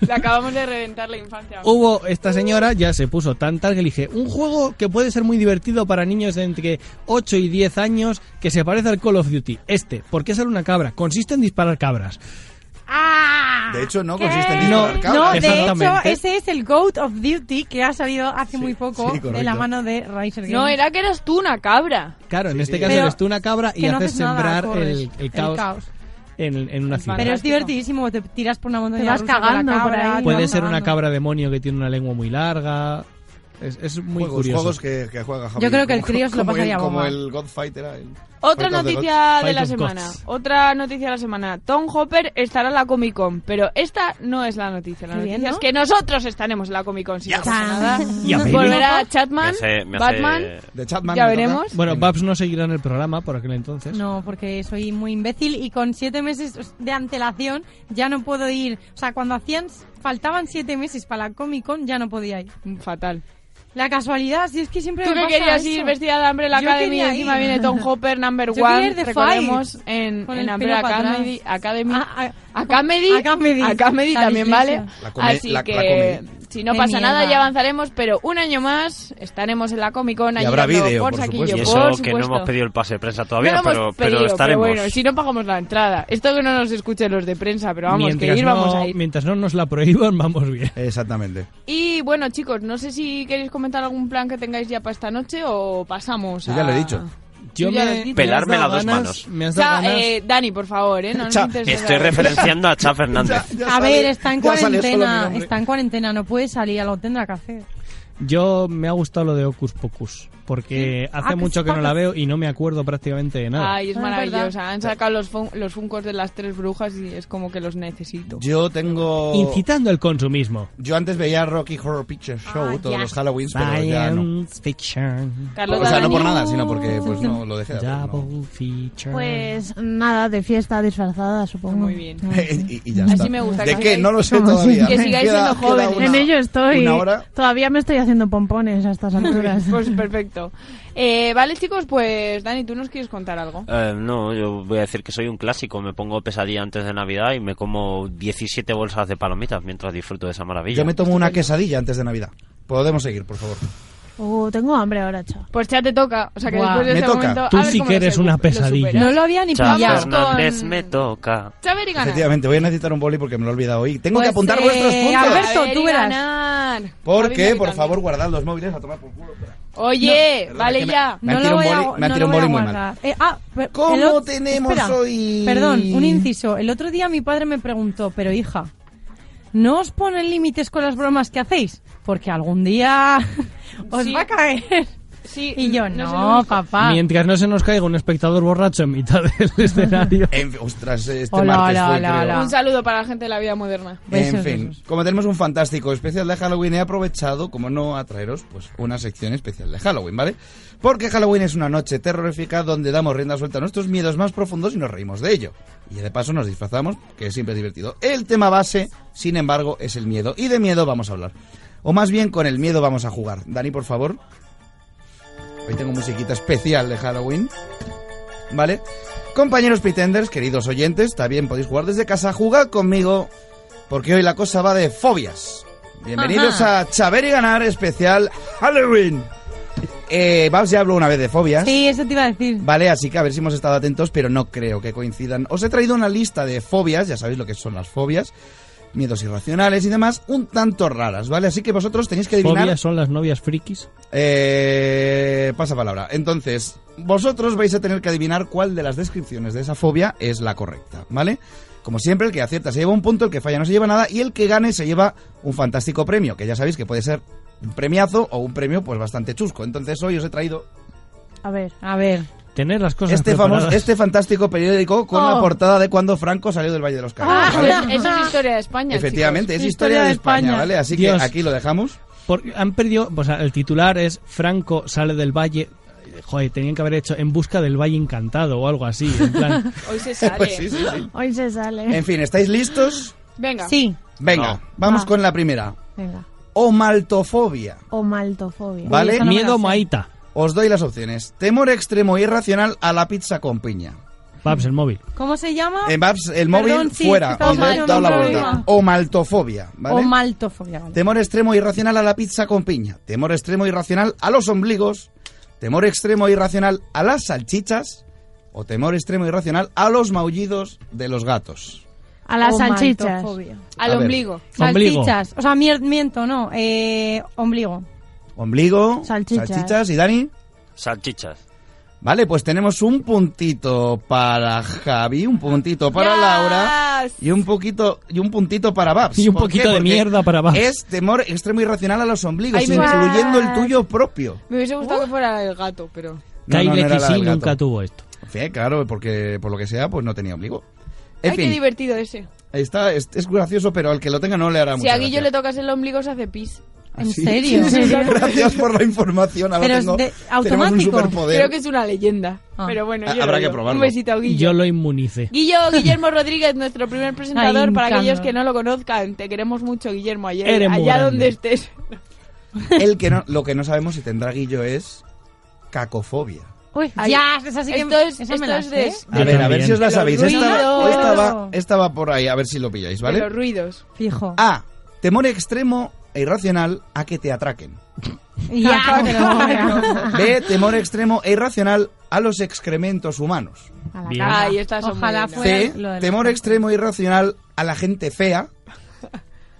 S9: Le acabamos de reventar la infancia.
S12: Oh.
S1: Hubo esta señora, ya se puso tan tal que le dije, un juego que puede ser muy divertido para niños de entre 8 y 10 años que se parece al Call of Duty. Este, ¿por qué sale una cabra? Consiste en disparar cabras.
S9: Ah.
S10: De hecho, no
S1: ¿Qué?
S10: consiste en
S1: No,
S10: disparar
S12: No,
S10: cabras.
S12: de hecho, ese es el Goat of Duty que ha salido hace muy poco
S10: sí, correcto.
S12: de la mano de Razer Games.
S9: No, era que eras tú una cabra.
S1: Claro, en este
S12: sí.
S1: caso
S12: Pero
S1: eres tú una cabra y
S12: que no
S1: haces
S12: haces nada,
S1: sembrar
S12: corres.
S1: el,
S12: El
S1: caos,
S12: caos.
S1: En, en una ciudad.
S12: Pero es divertidísimo, te tiras por una montaña
S13: Te vas
S12: rusa con la
S13: cagando por
S12: cabra,
S13: ahí,
S12: te
S1: Puede
S12: vas
S1: ser una
S12: cagando.
S1: cabra demonio que tiene una lengua muy larga. Es, es muy
S10: Juegos,
S1: curioso.
S10: juegos que, que juega Javi.
S12: Yo creo que el
S10: Como-
S12: crío se lo
S10: como
S12: pasaría
S10: el- Como
S12: bomba.
S10: el Godfighter. el
S9: Otra
S10: Fight of the
S9: noticia
S10: Gods.
S9: de la semana. Otra noticia de la semana. Tom Hopper estará en la Comic Con, pero esta no es la noticia. La
S12: Qué
S9: noticia
S12: bien,
S9: es que nosotros estaremos en la Comic Con. Si no pasa nada.
S1: Ya veremos.
S9: Volverá Chatman, Batman. ya veremos.
S1: Bueno, Babs no seguirá en el programa por aquel entonces.
S12: No, porque soy muy imbécil y con siete meses de antelación ya no puedo ir. O sea, cuando hacían, faltaban siete meses para la Comic Con ya no podía ir.
S9: Fatal.
S12: La casualidad, si es que siempre
S9: Tú
S12: me
S9: que
S12: pasa
S9: querías
S12: eso.
S9: ir vestida de Umbrella
S12: Yo
S9: Academy y
S12: quería
S9: encima
S12: ir.
S9: viene Tom Hopper, number
S12: Yo
S9: one,
S12: quería ir de
S9: recordemos,
S12: Fight,
S9: en,
S12: con
S9: en
S12: el
S9: Umbrella
S12: pelo para atrás.
S9: Academy, Academy,
S12: Ah, ah,
S9: Academy,
S12: Academy.
S9: Academy
S12: La
S9: también
S12: dislexia.
S9: vale,
S12: La come-
S9: así
S12: la- la
S9: que
S12: come.
S9: si no
S12: Qué
S9: pasa nada
S12: mierda.
S9: ya avanzaremos, pero un año más estaremos en la Comic Con
S14: Y habrá
S9: ayudando
S14: vídeo, por
S9: saquillo,
S14: supuesto. Y
S9: por
S14: eso que no
S9: supuesto.
S14: hemos pedido el pase de prensa
S9: No
S14: todavía,
S9: lo
S14: pero,
S9: hemos pedido,
S14: pero estaremos.
S9: bueno, si no pagamos la entrada. Esto que no nos escuchen los de prensa, pero vamos,
S1: mientras,
S9: que ir
S1: no,
S9: vamos a ir.
S1: mientras no nos la prohíban, vamos bien.
S10: Exactamente.
S9: Y bueno, chicos, no sé si queréis comentar algún plan que tengáis ya para esta noche o pasamos a...
S1: Yo
S9: ya lo
S1: me,
S9: has dicho.
S14: Pelarme las dos manos.
S1: Me has dado
S9: Ya,
S1: ganas.
S9: eh, Dani, por favor, ¿eh? No nos interesa.
S14: Estoy referenciando a Cha Fernández.
S12: A ver, está en
S1: ya sale solo mi
S12: cuarentena,
S1: nombre.
S12: está en cuarentena, no puede salir, lo tendrá que hacer.
S1: Yo me ha gustado lo de Ocus Pocus, porque
S9: Ah,
S1: hace
S12: Ocus
S1: mucho que no la
S12: Pocus.
S1: veo y no me acuerdo prácticamente de nada.
S9: Ay, es
S12: Ah, es
S9: maravillosa. Han sacado los, fun- los funcos de las tres brujas y es como que los necesito.
S10: Yo tengo.
S1: Incitando el consumismo.
S10: Yo antes veía Rocky Horror Picture Show
S9: Ah,
S10: todos
S9: ya.
S10: los Halloweens, pero ya no.
S1: Science fiction.
S9: Carlota
S10: o sea, no por
S9: Dani.
S10: nada, sino porque pues no lo dejé. de hacer, ¿no?
S1: Double feature.
S13: Pues nada, de fiesta disfrazada, supongo. Muy
S9: bien.
S10: Eh, y, y ya está.
S13: me gusta,
S10: ¿De
S13: que
S10: qué?
S13: sigáis-
S10: No lo sé
S13: Como
S10: todavía.
S13: siempre. Que sigáis
S10: Queda-
S13: siendo
S10: queda
S13: jóvenes.
S10: una-
S13: En ello estoy.
S10: Una hora.
S13: Todavía me estoy haciendo pompones a estas alturas.
S9: Pues perfecto. Eh, vale, chicos, pues Dani, ¿tú nos quieres contar algo?
S14: Eh, no, yo voy a decir que soy un clásico. Me pongo pesadilla antes de Navidad y me como 17 bolsas de palomitas mientras disfruto de esa maravilla.
S10: Yo me tomo una quesadilla antes de Navidad. Podemos seguir, por favor.
S13: Uh, tengo hambre ahora, chao.
S9: Pues ya te toca. O sea, que después de
S10: Me
S9: este
S10: toca.
S9: momento...
S10: Tú
S9: a ver
S10: sí
S9: cómo
S10: que
S9: lo
S10: eres
S9: secu-
S10: una
S9: lo
S10: pesadilla.
S9: superas.
S10: No
S12: lo había ni
S14: Cha
S9: pillado.
S14: Fernández
S9: Con-
S14: me toca.
S9: Xavi Rigana.
S10: Efectivamente, voy a necesitar un boli porque me lo he olvidado hoy. Tengo
S9: Pues,
S10: que apuntar
S9: eh,
S10: vuestros puntos.
S9: Alberto, tú verás.
S10: Porque, por favor, guardad los móviles a tomar por culo.
S9: Oye, vale
S10: que me-
S9: ya.
S10: me han tirado un boli- me han tirado un boli muy mal.
S12: Eh, ah,
S9: pues,
S12: per-
S10: ¿Cómo
S12: el ot-
S10: tenemos
S12: espera,
S10: hoy?
S12: Perdón, un inciso. El otro día mi padre me preguntó, pero hija, ¿no os ponen límites con las bromas que hacéis? Porque algún día os
S9: Sí.
S12: va a caer.
S9: Sí,
S12: y yo,
S9: no
S12: no,
S9: es el único.
S12: papá.
S1: Mientras no se nos caiga un espectador borracho en mitad del escenario.
S10: ostras, este
S1: Hola,
S10: martes
S1: hola,
S10: fue,
S1: hola,
S10: creo.
S9: Un saludo para la gente de la vida moderna.
S10: En fin, como tenemos un fantástico especial de Halloween, he aprovechado, como no, a traeros pues, una sección especial de Halloween, ¿vale? Porque Halloween es una noche terrorífica donde damos rienda suelta a nuestros miedos más profundos y nos reímos de ello. Y de paso nos disfrazamos, que siempre es divertido. El tema base, sin embargo, es el miedo. Y de miedo vamos a hablar. O más bien, con el miedo vamos a jugar. Dani, por favor. Hoy tengo musiquita especial de Halloween. ¿Vale? Compañeros pretenders, queridos oyentes, también podéis jugar desde casa. Jugad conmigo, porque hoy la cosa va de fobias. Bienvenidos
S12: Ajá.
S10: a Chaver y Ganar especial Halloween. Eh, Babs ya habló una vez de fobias.
S12: Sí, eso te iba a decir.
S10: Vale, así que a ver si hemos estado atentos, pero no creo que coincidan. Os he traído una lista de fobias, ya sabéis lo que son las fobias, miedos irracionales y demás, un tanto raras, ¿vale? Así que vosotros tenéis que adivinar...
S1: Fobias son las novias frikis.
S10: Eh, eh, pasa palabra. Entonces, vosotros vais a tener que adivinar cuál de las descripciones de esa fobia es la correcta, ¿vale? Como siempre, el que acierta se lleva un punto, el que falla no se lleva nada y el que gane se lleva un fantástico premio, que ya sabéis que puede ser un premiazo o un premio pues bastante chusco. Entonces hoy os he traído
S13: A ver.
S12: A ver.
S1: Tener las cosas
S10: este, famoso,
S1: preparadas.
S10: este fantástico periódico con
S12: Oh.
S10: la portada de cuando Franco salió del Valle de los Caídos.
S9: Ah,
S10: ¿vale?
S9: pues eso es historia de España.
S10: Efectivamente,
S9: chicos.
S10: es historia de España, ¿vale? Así
S1: Dios.
S10: que aquí lo dejamos.
S1: Porque han perdido, o sea, el titular es Franco sale del valle. Joder, tenían que haber hecho En busca del valle encantado o algo así. En plan,
S9: Hoy se sale.
S10: Pues sí, sí, sí.
S13: Hoy se sale.
S10: En fin, ¿estáis listos?
S9: Venga.
S10: Venga, vamos
S12: Ah.
S10: con la primera.
S13: Venga.
S10: Omaltofobia,
S13: O maltofobia.
S10: ¿vale?
S1: maita.
S10: Os doy las opciones. Temor extremo e irracional a la pizza con piña.
S1: Babs, el móvil.
S12: ¿Cómo se llama?
S10: En Babs,
S12: Perdón,
S10: el móvil
S12: sí,
S10: fuera.
S12: estaba
S10: os doy-
S12: mal,
S10: dado la
S12: no, no,
S10: vuelta.
S12: no.
S10: Omaltofobia, ¿vale?
S12: O maltofobia, vale.
S10: Temor extremo irracional a la pizza con piña. Temor extremo irracional a los ombligos. Temor extremo irracional a las salchichas. O temor extremo irracional a los maullidos de los gatos.
S13: A las
S12: O
S13: salchichas.
S12: maltofobia.
S10: Al A ver. ombligo. Ombligo.
S12: Salchichas. O sea, mier- miento, no. Eh, ombligo.
S10: Ombligo,
S12: Salchichas.
S10: salchichas. y Dani.
S14: Salchichas.
S10: Vale, pues tenemos un puntito para Javi, un puntito para Laura y un poquito y un puntito para Babs.
S1: Y un
S10: ¿Por qué?
S1: poquito de
S10: Porque
S1: mierda para Babs.
S10: Es temor extremo irracional a los ombligos,
S9: Ay, Babs.
S10: incluyendo el tuyo propio.
S9: Me hubiese gustado que fuera el gato, pero.
S1: Kyle
S10: era la
S1: XY
S10: del gato.
S1: nunca tuvo esto.
S10: Sí, claro, porque por lo que sea, pues no tenía ombligo. En
S9: Ay, qué
S10: fin,
S9: divertido ese.
S10: ahí está, es, es gracioso, pero al que lo tenga no le hará
S9: Si
S10: mucha
S9: a Guillo
S10: gracia.
S9: le tocas el ombligo se hace pis.
S12: ¿En
S10: ¿Ah, Sí.
S12: serio?
S10: Gracias por la información. Ahora
S9: Pero es
S10: tengo,
S9: de-
S10: tenemos un
S9: automático.
S10: superpoder.
S9: Creo que es una leyenda. Pero bueno, yo
S10: Ah, habrá
S9: lo
S10: que
S9: digo.
S10: probarlo.
S9: Un besito a Guillo.
S1: Yo lo inmunicé.
S9: Guillo, Guillermo Rodríguez, nuestro primer presentador.
S12: Ay,
S9: para
S12: hincando.
S9: aquellos que no lo conozcan, te queremos mucho, Guillermo. Ayer,
S10: Eres muy
S9: allá
S10: grande.
S9: donde estés.
S10: El que no, lo que no sabemos si tendrá Guillo es cacofobia.
S12: Uy,
S9: Ay,
S12: ya, es así que.
S9: esto es-
S12: esa me
S9: esto
S12: la
S9: es
S12: sé.
S9: de-
S10: A ver, a ver si os la
S9: Los
S10: sabéis. Esta,
S9: ruidos.
S10: esta va, esta va por ahí, a ver si lo pilláis,
S9: De
S10: ¿vale?
S9: los ruidos.
S12: Fijo.
S10: A. Temor extremo e irracional a que te atraquen.
S12: Ya, pero bueno.
S10: B. Temor extremo e irracional a los excrementos humanos. Bien.
S9: Ay, estas son
S12: Ojalá
S9: muy
S10: C.
S9: buenas.
S10: Temor extremo e irracional a la gente fea.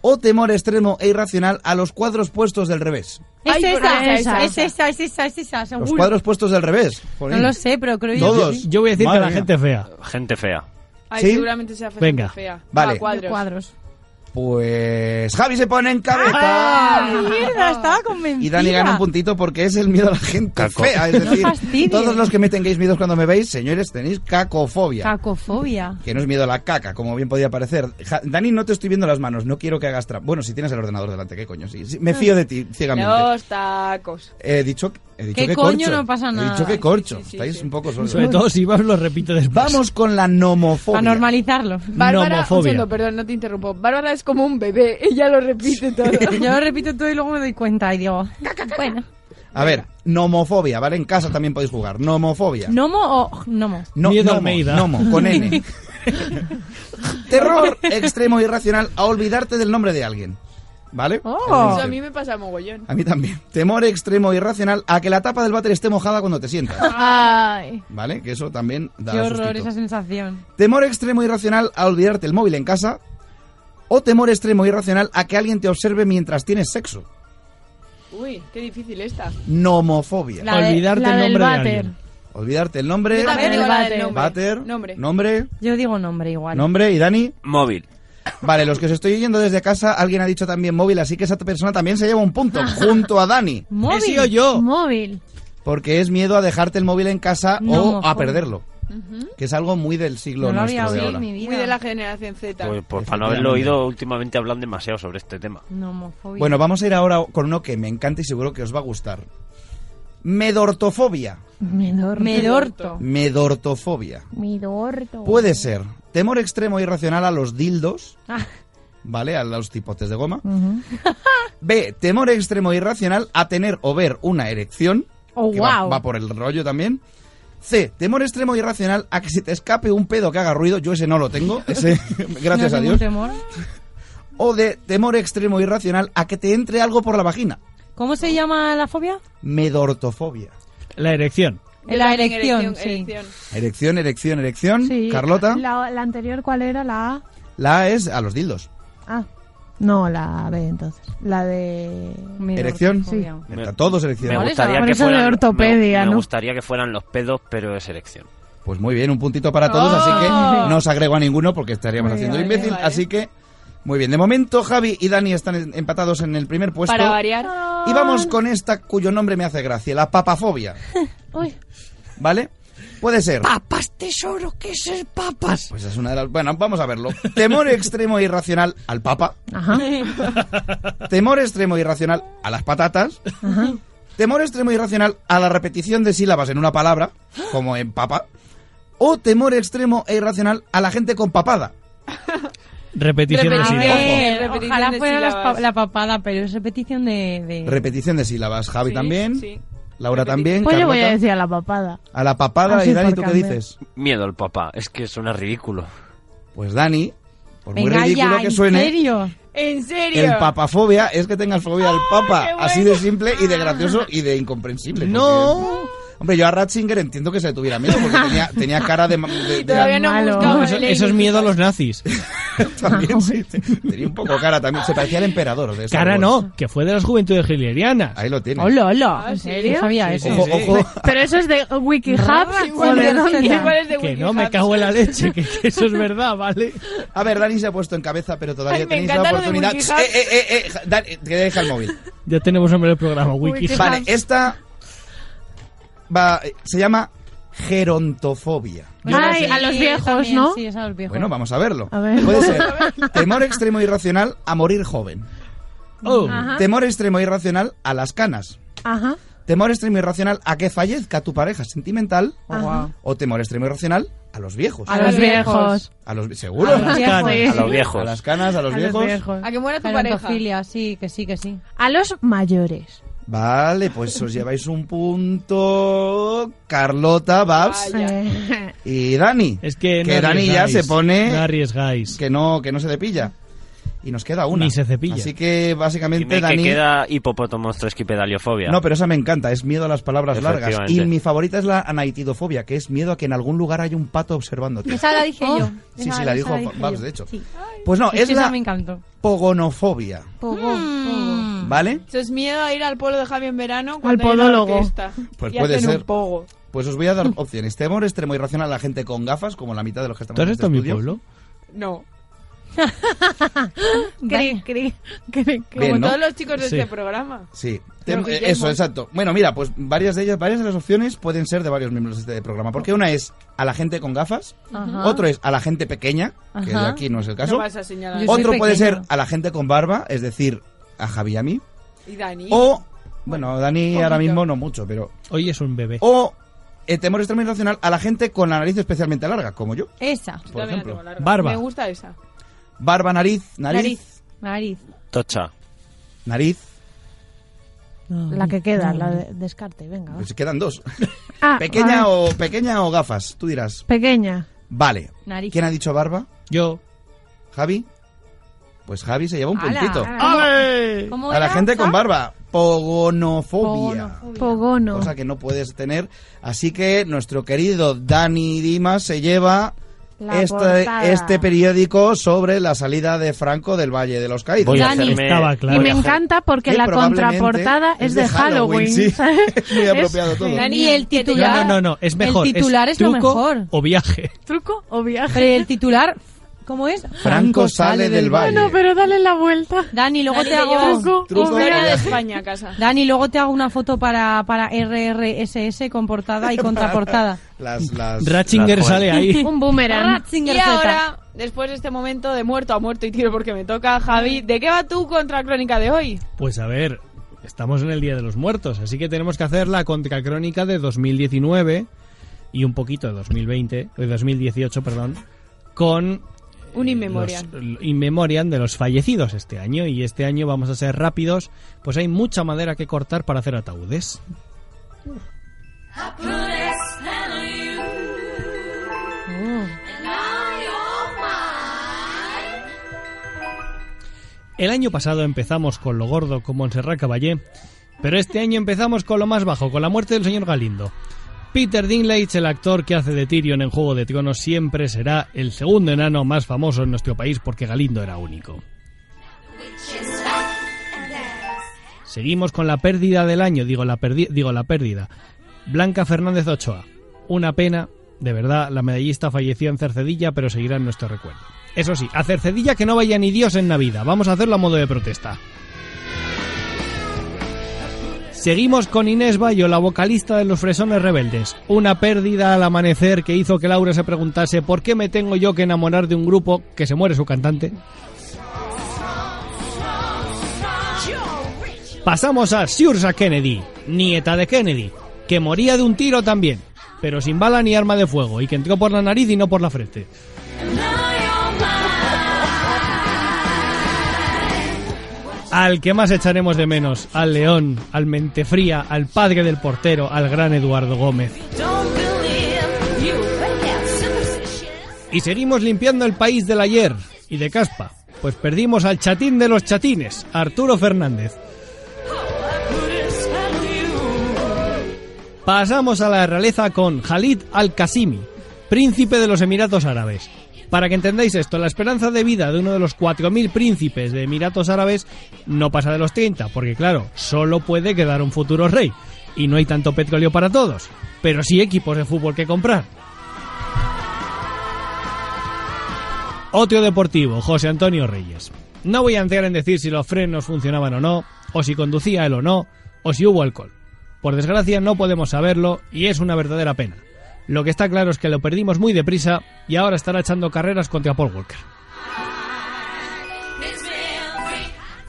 S10: O temor extremo e irracional a los cuadros puestos del revés.
S12: Es
S9: Ay, por
S12: esa,
S9: ahí,
S12: es esa,
S9: esa,
S12: es esa, es esa, es esa,
S10: Los
S12: seguro.
S10: cuadros puestos del revés.
S12: No lo sé, pero creo yo que sí.
S1: Yo voy a decir
S10: Madre
S1: que la
S10: mía.
S1: gente fea.
S14: Gente fea.
S9: Ay,
S10: ¿Sí?
S9: seguramente sea fe-
S10: Venga.
S9: fea.
S10: Vale.
S9: Ah, cuadros.
S10: Pues Javi se pone en cabeza.
S12: ¡Ah! Mierda, estaba convencida.
S10: Y Dani gana un puntito porque es el miedo a la gente fea. Es
S12: No
S10: decir,
S12: fastidies.
S10: todos los que me tengáis miedos cuando me veis, señores, tenéis cacofobia.
S12: Cacofobia.
S10: que no es miedo a la caca, como bien podía parecer. Ja- Dani, no te estoy viendo las manos, no quiero que hagas trampa. Bueno, si tienes el ordenador delante, ¿qué coño? Sí, sí, me fío de ti ciegamente.
S9: Los tacos.
S10: He dicho, he dicho
S9: ¿Qué
S10: que
S9: coño?
S10: corcho.
S9: No pasa
S10: He
S9: nada.
S10: dicho que corcho.
S9: Sí, sí, sí,
S10: Estáis un poco sordos.
S1: Sobre todo si Babs lo repite después.
S10: Vamos con la nomofobia.
S12: Para normalizarlo.
S9: Bárbara, un segundo, perdón, no te interrumpo. Bárbara es como un bebé, ella lo repite todo.
S12: Yo lo repito todo y luego me doy cuenta y digo, bueno.
S10: A ver, nomofobia, ¿vale? En casa también podéis jugar. Nomofobia.
S12: ¿Nomo o gnomo?
S10: No,
S1: Miedo
S10: nomo,
S1: Almeida.
S10: nomo, con N. Terror extremo e irracional a olvidarte del nombre de alguien. ¿Vale?
S9: Eso
S12: Oh.
S9: a mí me pasa mogollón.
S10: A mí también. Temor extremo e irracional a que la tapa del váter esté mojada cuando te sientas.
S12: Ay,
S10: ¿Vale? Que eso también da
S12: qué horror
S10: sustito.
S12: esa
S9: ¿eh?
S12: sensación.
S10: Temor extremo e irracional a olvidarte el móvil en casa. O temor extremo e irracional a que alguien te observe mientras tienes sexo.
S9: Uy, qué difícil esta.
S10: Nomofobia.
S9: La de- Olvidarte la el del nombre de váter. alguien.
S10: Olvidarte el nombre.
S9: Yo también digo la del nombre.
S10: Váter.
S9: Nombre.
S10: Nombre.
S12: Yo digo nombre igual.
S10: Nombre. ¿Y Dani?
S14: Móvil.
S10: Vale, los que os estoy oyendo desde casa, alguien ha dicho también móvil, así que esa persona también se lleva un punto junto a Dani.
S12: Móvil.
S10: He sido yo.
S13: Móvil.
S10: Porque es miedo a dejarte el móvil en casa o
S13: Nomofobia.
S10: a perderlo. Que es algo muy del siglo nuestro de ahora.
S9: Muy de la generación Z.
S14: Pues, pues para no haberlo oído, últimamente hablan demasiado sobre este tema.
S12: Nomofobia.
S10: Bueno, vamos a ir ahora con uno que me encanta y seguro que os va a gustar. Medortofobia.
S13: Medorto.
S12: Medorto.
S10: Medortofobia.
S13: Medorto.
S10: Puede ser temor extremo e irracional a los dildos,
S12: Ah.
S10: ¿vale? A los tipotes de goma. B. Temor extremo e irracional a tener o ver una erección.
S12: Oh,
S10: que va,
S12: wow.
S10: va por el rollo también. C. Temor extremo e irracional a que se te escape un pedo que haga ruido. Yo ese no lo tengo. Ese, gracias
S12: No
S10: a
S12: tengo
S10: Dios.
S12: temor.
S10: O D. Temor extremo e irracional a que te entre algo por la vagina.
S12: ¿Cómo se llama la fobia?
S10: Medortofobia.
S1: La erección.
S12: La erección, sí.
S10: Erección, erección, erección.
S13: Sí.
S10: Carlota.
S13: La, la anterior, ¿cuál era? La A.
S10: La A es a los dildos.
S13: Ah. No, la B entonces. La de...
S10: ¿Erección?
S13: Sí.
S10: Está todo selección.
S14: Me gustaría,
S13: Por
S14: que
S13: eso de
S14: fueran,
S13: ortopedia,
S14: me- me
S13: ¿no?
S14: gustaría que fueran los pedos, pero es elección.
S10: Pues muy bien, un puntito para todos, así que
S14: ¡Oh!
S10: no os agrego a ninguno porque estaríamos
S14: Muy
S10: haciendo
S14: bien,
S10: imbécil.
S14: vale.
S10: Así que, muy bien. De momento, Javi y Dani están en- empatados en el primer puesto.
S9: Para variar.
S12: Ah.
S10: Y vamos con esta cuyo nombre me hace gracia, la papafobia.
S13: Uy.
S10: ¿Vale? Puede ser.
S2: Papas tesoro, ¿qué es el papas?
S10: Pues es una de las. Bueno, vamos a verlo. Temor extremo e irracional al papa.
S13: Ajá.
S10: Temor extremo e irracional a las patatas. Temor extremo e irracional a la repetición de sílabas en una palabra, como en papa. O temor extremo e irracional a la gente con papada.
S1: Repetición de
S10: Repetición.
S1: sílabas.
S12: Eh,
S9: repetición
S12: ojalá
S9: de
S12: fuera las pa-
S9: sílabas.
S12: la papada, pero es repetición de... de-
S10: Repetición de sílabas. Javi
S12: Sí,
S10: también. Laura también.
S13: Pues yo voy a
S10: Carlota.
S13: decir a la papada.
S10: A la papada.
S13: Así
S10: ¿Y Dani,
S13: por
S10: tú qué
S13: cambiar.
S10: dices?
S14: Miedo al papá, es que suena ridículo.
S10: Pues Dani, por muy
S12: Venga
S10: ridículo
S12: ya,
S10: que
S12: ¿en
S10: suene.
S12: serio?
S9: ¿En serio?
S10: El papafobia es que tengas fobia al papa. Así de simple y de gracioso y de incomprensible. No. Hombre, yo a Ratzinger entiendo que se le tuviera miedo porque tenía, tenía cara de... ma- de- de-
S9: Todavía no Malo. buscaba
S1: Eso,
S9: ley
S1: eso es
S9: ni
S1: miedo a los nazis.
S12: Ah,
S10: también, sí, te- tenía un poco cara también. Se parecía al emperador. De Star
S1: Cara
S10: Wars.
S1: no, que fue de las juventudes hitlerianas.
S10: Ahí lo tiene.
S12: Hola, hola.
S13: Ah, ¿En serio?
S12: No sabía
S1: Sí,
S12: eso.
S1: sí, Ojo, sí. ojo.
S13: Pero eso es de WikiHub.
S12: Ah, ¿Cuál es? ¿Cuál
S13: es de
S1: Que no, me cago en la leche, que, que eso es verdad, ¿vale?
S10: A ver, Dani se ha puesto en cabeza, pero todavía
S13: Ay, me
S10: tenéis la
S13: encanta lo de
S10: oportunidad.
S13: WikiHub.
S10: Eh, eh, eh, eh, ja- Dani, eh, que deja el móvil.
S1: Ya tenemos nombre del programa, Wiki.
S10: Vale, esta va, eh, se llama gerontofobia.
S12: Ah,
S13: Ay, a los
S12: Sí,
S13: viejos,
S12: también,
S13: ¿no?
S12: Sí, es a los viejos.
S10: Bueno, vamos a verlo.
S13: A ver.
S10: Puede ser temor extremo irracional a morir joven.
S1: Oh.
S13: Ajá.
S10: Temor extremo irracional a las canas.
S13: Ajá.
S10: Temor extremo irracional a que fallezca tu pareja sentimental.
S13: Oh, wow.
S10: O temor extremo irracional a los viejos.
S13: A los viejos.
S10: A los, ¿Seguro?
S13: A los viejos.
S14: A los viejos.
S10: A las canas, a los,
S13: A los
S10: viejos.
S13: viejos.
S9: A que muera tu pareja.
S12: Gerontofilia, sí, que sí, que sí.
S13: A los mayores.
S10: Vale, pues os lleváis un punto. Carlota, Babs
S13: Eh,
S10: y Dani.
S1: Es que, no
S10: Dani ya
S1: arriesgáis,
S10: se pone
S1: No arriesgáis.
S10: que no que no se cepilla. Y nos queda una.
S1: Ni se cepilla.
S10: Así que básicamente
S14: Dime que
S10: Dani
S14: queda hipopótamos pedaliofobia.
S10: No, pero esa me encanta, es miedo a las palabras largas. Y
S14: Efectivamente.
S10: mi favorita es la anaitidofobia, que es miedo a que en algún lugar haya un pato observándote.
S12: Esa la dije yo. Esa-
S10: Sí, sí, la
S12: esa
S10: dijo
S12: dije
S10: Babs,
S12: yo.
S10: de hecho.
S12: Sí.
S10: Pues no,
S12: Es
S10: es
S12: que esa
S10: la
S12: me encantó.
S10: pogonofobia, ¿vale?
S9: Hmm. Eso es miedo a ir al pueblo de Javi en verano cuando hay una
S13: podólogo.
S9: orquesta.
S10: Pues
S9: Y
S10: puede
S9: hacen
S10: ser.
S9: un pogo.
S10: Pues os voy a dar opciones. Temor extremo irracional a la gente con gafas, como la mitad de los que estamos
S1: ¿Tú has
S10: en
S1: estado
S10: este
S1: en mi
S10: estudio.
S1: pueblo?
S9: No.
S13: Cri, cri, cri, cri.
S10: Bien,
S9: Como
S10: ¿no?
S9: todos los chicos de
S10: Sí.
S9: este programa.
S10: Sí,
S9: Pero
S10: Tem- eh,
S9: Guillermo-
S10: eso, exacto. Bueno, mira, pues varias de ellas, varias de las opciones pueden ser de varios miembros de este programa. Porque una es a la gente con gafas,
S12: Ajá.
S10: otro es a la gente pequeña, que de
S12: Ajá.
S10: aquí no es el
S9: No
S10: caso.
S9: vas a señalar.
S12: Yo soy
S10: Otro puede ser
S12: pequeña.
S10: a la gente con barba, es decir, a Javi y a mí.
S9: Y Dani.
S10: O, bueno, Dani
S9: poquito.
S10: ahora mismo no mucho, pero.
S1: Hoy es un bebé.
S10: O el temor extremo irracional a la gente con la nariz especialmente larga, como yo,
S12: Esa.
S9: Yo
S10: por
S9: también la
S10: ejemplo.
S9: tengo larga.
S1: Barba.
S9: Me gusta esa.
S10: Barba, nariz, nariz, nariz.
S12: Nariz. Nariz.
S14: Tocha.
S13: La que queda, la de-
S12: Mm.
S13: descarte, venga. va.
S10: Pues quedan dos.
S13: Ah,
S10: pequeña,
S13: vale.
S10: o, pequeña o gafas, tú dirás.
S13: Pequeña.
S10: Vale.
S12: Nariz.
S10: ¿Quién ha dicho barba?
S1: Yo.
S10: ¿Javi? Pues Javi se lleva un
S12: Ala,
S10: puntito.
S12: ala.
S1: ¡Ale!
S12: ¿Cómo
S10: A la
S12: era? ¿Ah?
S10: gente con barba. Pogonofobia.
S12: Pogonofobia.
S13: Pogono.
S10: Cosa que no puedes tener. Así que nuestro querido Dani Dimas se lleva
S13: La
S10: este,
S13: portada.
S10: este periódico sobre la salida de Franco del Valle de los Caídos.
S14: Voy a
S12: Dani.
S14: hacerme...
S1: Estaba claro.
S13: y
S14: voy
S13: me
S14: a hacer-
S13: encanta porque
S10: Que
S13: la
S10: probablemente
S13: contraportada es de Halloween.
S10: sí. Es muy
S13: Es-
S10: apropiado todo.
S9: Dani,
S12: pues, Y el titular.
S1: No, no, no, no, es mejor.
S12: El titular es, lo
S1: truco
S12: mejor.
S1: O viaje.
S13: ¿Truco o viaje?
S12: Pero el titular, ¿cómo es?
S10: Franco sale del valle.
S13: No, pero dale la vuelta.
S12: Dani, luego
S9: Dani,
S12: te
S9: te
S12: hago.
S9: llevas-
S13: Truco,
S10: Truco
S13: o
S10: o
S9: Historia
S13: viaje.
S9: de
S10: viaje.
S9: España, casa.
S12: Dani, luego te hago una foto para, para RRSS con portada y contraportada.
S10: Las, las,
S1: Ratzinger
S10: las-
S1: sale ahí.
S13: Un boomerang.
S12: Ratzinger
S9: Y
S12: Z.
S9: ahora, después de este momento de muerto a muerto y tiro porque me toca, Javi, ¿de qué va tú contra Crónica de hoy?
S1: Pues a ver, estamos en el Día de los Muertos, así que tenemos que hacer la contracrónica de 2019 y un poquito de 2020, de 2018, perdón, con
S9: Un
S1: eh,
S9: in memoriam.
S1: los- l- in memoriam de los fallecidos este año y este año vamos a ser rápidos, pues hay mucha madera que cortar para hacer ataúdes.
S12: Oh.
S1: El año pasado empezamos con lo gordo con Montserrat Caballé, pero este año empezamos con lo más bajo, con la muerte del señor Galindo. Peter Dinklage, el actor que hace de Tyrion en Juego de Tronos, siempre será el segundo enano más famoso en nuestro país porque Galindo era único. Seguimos con la pérdida del año, digo la, perdi- digo la pérdida. Blanca Fernández Ochoa. Una pena, de verdad, la medallista falleció en Cercedilla, pero seguirá en nuestro recuerdo. Eso sí, a Cercedilla que no vaya ni Dios en Navidad. Vamos a hacerlo a modo de protesta. Seguimos con Inés Bayo, la vocalista de Los Fresones Rebeldes. Una pérdida al amanecer que hizo que Laura se preguntase por qué me tengo yo que enamorar de un grupo que se muere su cantante. Pasamos a Sirsa Kennedy, nieta de Kennedy, que moría de un tiro también, pero sin bala ni arma de fuego, y que entró por la nariz y no por la frente. Al que más echaremos de menos, al León, al Mentefría, al padre del portero, al gran Eduardo Gómez. Y seguimos limpiando el país del ayer y de caspa, pues perdimos al chatín de los chatines, Arturo Fernández. Pasamos a la realeza con Khalid al-Qasimi, príncipe de los Emiratos Árabes. Para que entendáis esto, la esperanza de vida de uno de los 4.000 príncipes de Emiratos Árabes no pasa de los 30, porque claro, solo puede quedar un futuro rey. Y no hay tanto petróleo para todos, pero sí equipos de fútbol que comprar. Otio Deportivo, José Antonio Reyes. No voy a entrar en decir si los frenos funcionaban o no, o si conducía él o no, o si hubo alcohol. Por desgracia no podemos saberlo y es una verdadera pena. Lo que está claro es que lo perdimos muy deprisa y ahora estará echando carreras contra Paul Walker.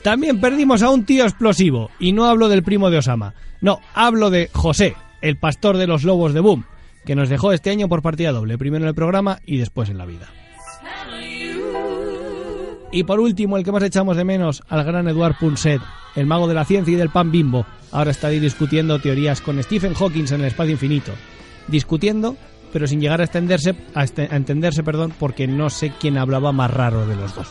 S1: También perdimos a un tío explosivo, y no hablo del primo de Osama. No, hablo de José, el pastor de los lobos de Boom, que nos dejó este año por partida doble, primero en el programa y después en la vida. Y por último, el que más echamos de menos, al gran Eduard Punset, el mago de la ciencia y del pan bimbo. Ahora está ahí discutiendo teorías con Stephen Hawking en el espacio infinito. Discutiendo, pero sin llegar a, extenderse, a, este- a entenderse, perdón, porque no sé quién hablaba más raro de los dos.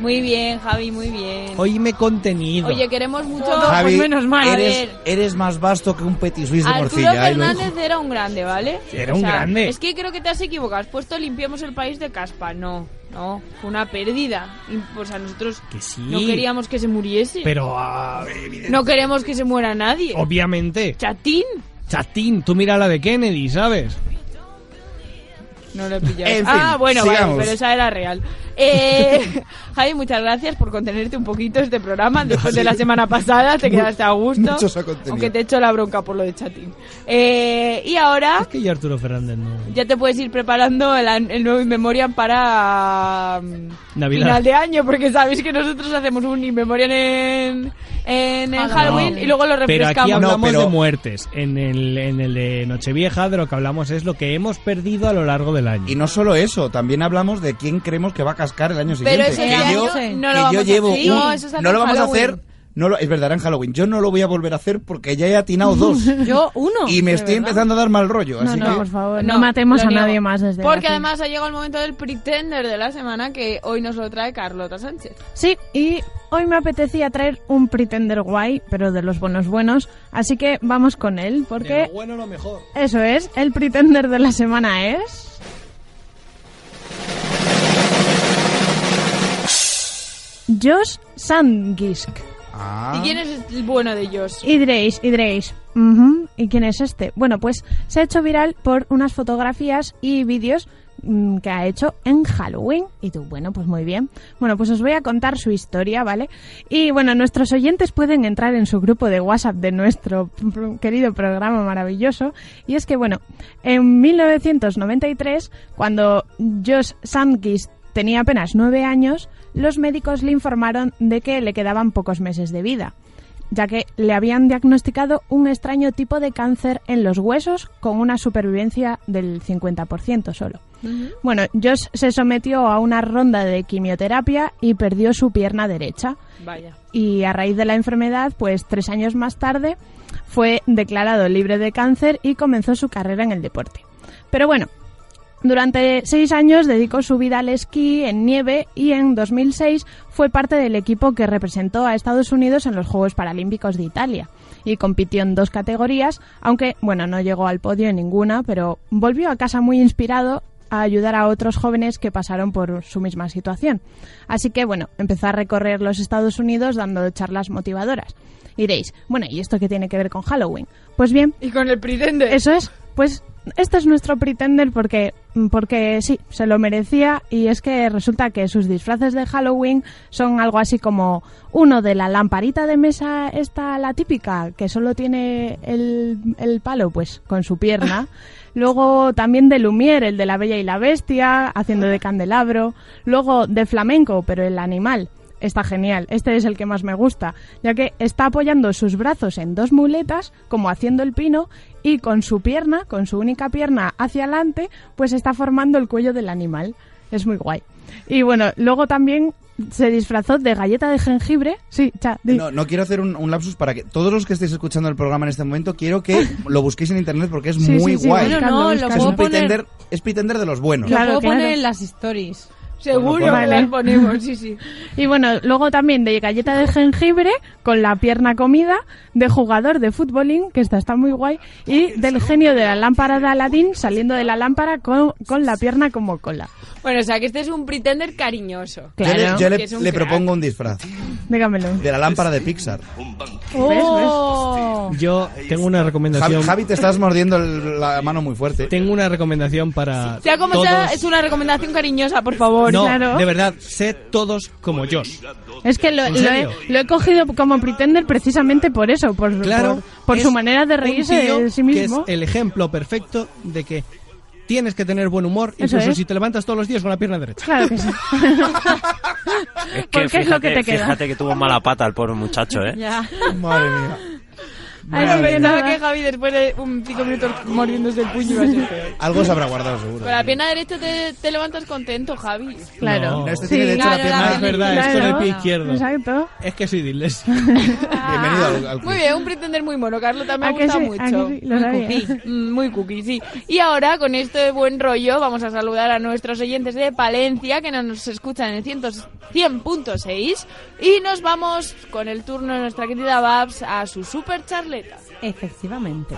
S9: Muy bien, Javi, muy bien.
S1: Oíme contenido.
S9: Oye, queremos mucho.
S10: Javi,
S9: pues A
S10: Eres,
S9: ver,
S10: eres más vasto que un petit suisse de
S9: Arturo
S10: morcilla. ahí lo dijo.
S9: Fernández era un grande, ¿vale?
S10: Era un grande.
S9: Es que creo que te has equivocado. Has puesto limpiamos el país de caspa. No, no. Fue una pérdida. Y, O sea, nosotros
S1: Que sí.
S9: no queríamos que se muriese.
S1: Pero, ah,
S9: No queremos que se muera nadie.
S1: obviamente.
S9: Chatín.
S1: Chatín, tú mira la de Kennedy, ¿sabes?
S9: No lo he pillado.
S1: En fin,
S9: ah, bueno, vale,
S1: sigamos.
S9: pero esa era real. Eh, Javi, muchas gracias por contenerte un poquito este programa. Después de la semana pasada te
S10: Mu-
S9: quedaste a gusto.
S10: mucho se ha contenido.
S9: Aunque te echo la bronca por lo de chatín. Eh, y ahora
S1: Es que yo Arturo Fernández no.
S9: ya te puedes ir preparando el, an- el nuevo In Memoriam para mm,
S1: Navidad.
S9: final de año, porque sabéis que nosotros hacemos un In Memoriam en, en, en Halloween y luego lo
S1: Pero
S9: refrescamos.
S1: aquí hablamos
S10: Ah, pero-
S1: de muertes. En el, en el de Nochevieja de lo que hablamos es lo que hemos perdido a lo largo del año.
S10: Y no solo eso, también hablamos de quién creemos que va a cascar el año siguiente.
S9: eso
S10: que
S9: este
S10: yo,
S9: año no lo
S10: que yo
S9: vamos a
S10: llevo
S9: hacer.
S10: un-
S9: No, eso es
S10: no lo
S9: en
S10: vamos a
S9: Halloween.
S10: hacer. No lo, es verdad, era en Halloween. Yo no lo voy a volver a hacer porque ya he atinado dos.
S13: Yo uno.
S10: y me
S13: de
S10: estoy
S13: verdad.
S10: empezando a dar mal rollo.
S13: No,
S10: así
S13: no,
S10: que
S13: por favor,
S9: No,
S13: no, matemos
S9: lo
S13: a
S9: niego.
S13: nadie más desde
S9: Porque
S13: aquí.
S9: además ha llegado el momento del pretender de la semana que hoy nos lo trae Carlota Sánchez.
S13: Sí, y hoy me apetecía traer un pretender guay, pero de los buenos buenos, así que vamos con él, porque
S1: bueno lo mejor.
S13: eso es, el pretender de la semana es... Josh Sangisk. Ah.
S9: ¿Y quién es el bueno de ellos?
S13: Y diréis, y diréis, "Ujú, ¿y quién es este? Bueno, pues se ha hecho viral por unas fotografías y vídeos mm, que ha hecho en Halloween. Y tú, bueno, pues muy bien. Bueno, pues os voy a contar su historia, ¿vale? Y bueno, nuestros oyentes pueden entrar en su grupo de WhatsApp de nuestro pr- querido programa maravilloso. Y es que, bueno, en 1993, cuando Josh Sankis tenía apenas nueve años, los médicos le informaron de que le quedaban pocos meses de vida ya que le habían diagnosticado un extraño tipo de cáncer en los huesos con una supervivencia del 50% solo. Bueno, Josh se sometió a una ronda de quimioterapia y perdió su pierna derecha.
S9: Vaya.
S13: Y a raíz de la enfermedad, pues tres años más tarde, fue declarado libre de cáncer y comenzó su carrera en el deporte. Pero bueno, durante seis años dedicó su vida al esquí en nieve y en 2006 fue parte del equipo que representó a Estados Unidos en los Juegos Paralímpicos de Italia y compitió en dos categorías, aunque bueno, no llegó al podio en ninguna, pero volvió a casa muy inspirado a ayudar a otros jóvenes que pasaron por su misma situación. Así que, bueno, empezó a recorrer los Estados Unidos dando charlas motivadoras. Y diréis, bueno, ¿y esto qué tiene que ver con Halloween? Pues bien...
S9: Y con el Pretender.
S13: Eso es. Pues este es nuestro Pretender porque, mm, porque sí, se lo merecía y es que resulta que sus disfraces de Halloween son algo así como uno de la lamparita de mesa, esta la típica, que solo tiene el, el palo pues con su pierna. Luego también de Lumière, el de la Bella y la Bestia, haciendo de candelabro. Luego de flamenco, pero el animal. Está genial, este es el que más me gusta, ya que está apoyando sus brazos en dos muletas, como haciendo el pino, y con su pierna, con su única pierna hacia adelante, pues está formando el cuello del animal. Es muy guay. Y bueno, luego también se disfrazó de galleta de jengibre. Sí, cha, di.
S10: No, no quiero hacer un, un lapsus para que todos los que estéis escuchando el programa en este momento, quiero que lo busquéis en internet porque es
S13: Sí,
S10: muy
S13: sí, sí,
S10: guay.
S13: bueno, no, lo
S10: es,
S13: puedo
S10: un pretender,
S13: poner-
S10: es pretender de los buenos.
S13: Claro,
S12: Lo
S13: claro.
S12: pone en las stories.
S10: Seguro que
S13: Vale.
S10: las
S9: ponemos, sí, sí.
S13: Y bueno, luego también de galleta de jengibre, con la pierna comida, de jugador de futbolín, que esta está muy guay, y del genio de la lámpara de Aladín saliendo de la lámpara con, con la pierna como cola.
S9: Bueno, o sea que este es un pretender cariñoso.
S10: Yo le- yo le,
S9: Que es un
S10: le
S9: crack.
S10: propongo un disfraz
S13: Dígamelo.
S10: de la lámpara de Pixar.
S13: Oh.
S1: Yo tengo una recomendación.
S10: Javi, Javi, te estás mordiendo el- la mano muy fuerte.
S1: Tengo una recomendación para.
S9: Sea como
S1: todos.
S9: sea, es una recomendación cariñosa, por favor.
S1: No, de verdad, sé todos como yo.
S13: Es que lo,
S1: ¿En
S13: lo he,
S1: serio?
S13: lo he cogido como pretender precisamente por eso, por,
S1: Claro,
S13: por, por
S1: es
S13: su manera de
S1: un
S13: reírse
S1: tío
S13: de sí mismo.
S1: Que es el ejemplo perfecto de que tienes que tener buen humor,
S13: Eso
S1: incluso
S13: es.
S1: si te levantas todos los días con la pierna derecha.
S13: Claro que sí.
S14: Es
S13: Porque es lo que te queda.
S14: Fíjate que tuvo mala pata el pobre muchacho, ¿eh?
S10: Madre mía.
S9: Ay,
S10: Madre
S9: no pensaba
S10: mía.
S9: que Javi después de un cinco minutos mordiéndose el puño iba a ser peor.
S10: Algo se habrá guardado seguro.
S9: Con la pierna derecha te, te levantas contento, Javi.
S13: Claro.
S10: No, este tiene, de hecho, la
S9: Claro,
S1: Es
S9: Pues la
S10: pierna-
S1: verdad, es con el pie izquierdo.
S13: Exacto.
S1: Es que soy de inglés.
S10: Bienvenido al, al club.
S9: Muy bien, un pretender muy mono, Carlos, también
S13: ¿A
S9: me
S13: que
S9: gusta
S13: sí? ¿A
S9: mucho.
S13: que sí? Lo sabía.
S9: muy cookie. Mm, Muy cookie, sí. Y ahora, con este buen rollo, vamos a saludar a nuestros oyentes de Palencia, que nos escuchan en el 100 100.6, y nos vamos con el turno de nuestra querida Babs a su super charleta.
S12: Efectivamente.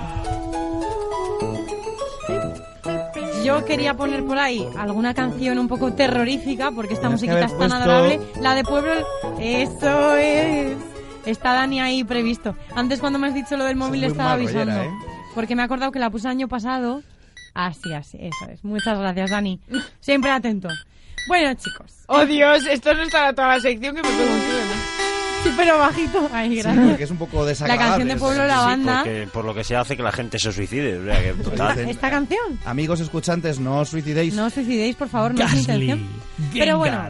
S12: Yo quería poner por ahí alguna canción un poco terrorífica, porque esta
S15: Tenías que haber
S12: musiquita es tan
S15: puesto-
S12: adorable. La de Pueblo, eso es. Está Dani ahí previsto. Antes cuando me has dicho lo del móvil le
S15: muy
S12: estaba
S15: mal rollera,
S12: avisando.
S15: ¿eh?
S12: Porque me he acordado que la puse año pasado. Así, así, eso es. Muchas gracias, Dani. Siempre atento. Bueno, chicos.
S9: Oh Dios, esto no estará toda la sección que me preguntaron.
S12: Sí, pero bajito. Ay,
S10: Sí,
S12: gracias.
S10: porque es un poco desagradable.
S12: canción de Pueblo La
S14: Sí,
S12: Banda.
S14: porque por lo que se hace que la gente se suicide. o sea, que
S15: Pues
S14: total.
S12: Esta canción.
S10: Amigos escuchantes, no os suicidéis.
S12: No os suicidéis, por favor, no es mi intención. Pero bueno,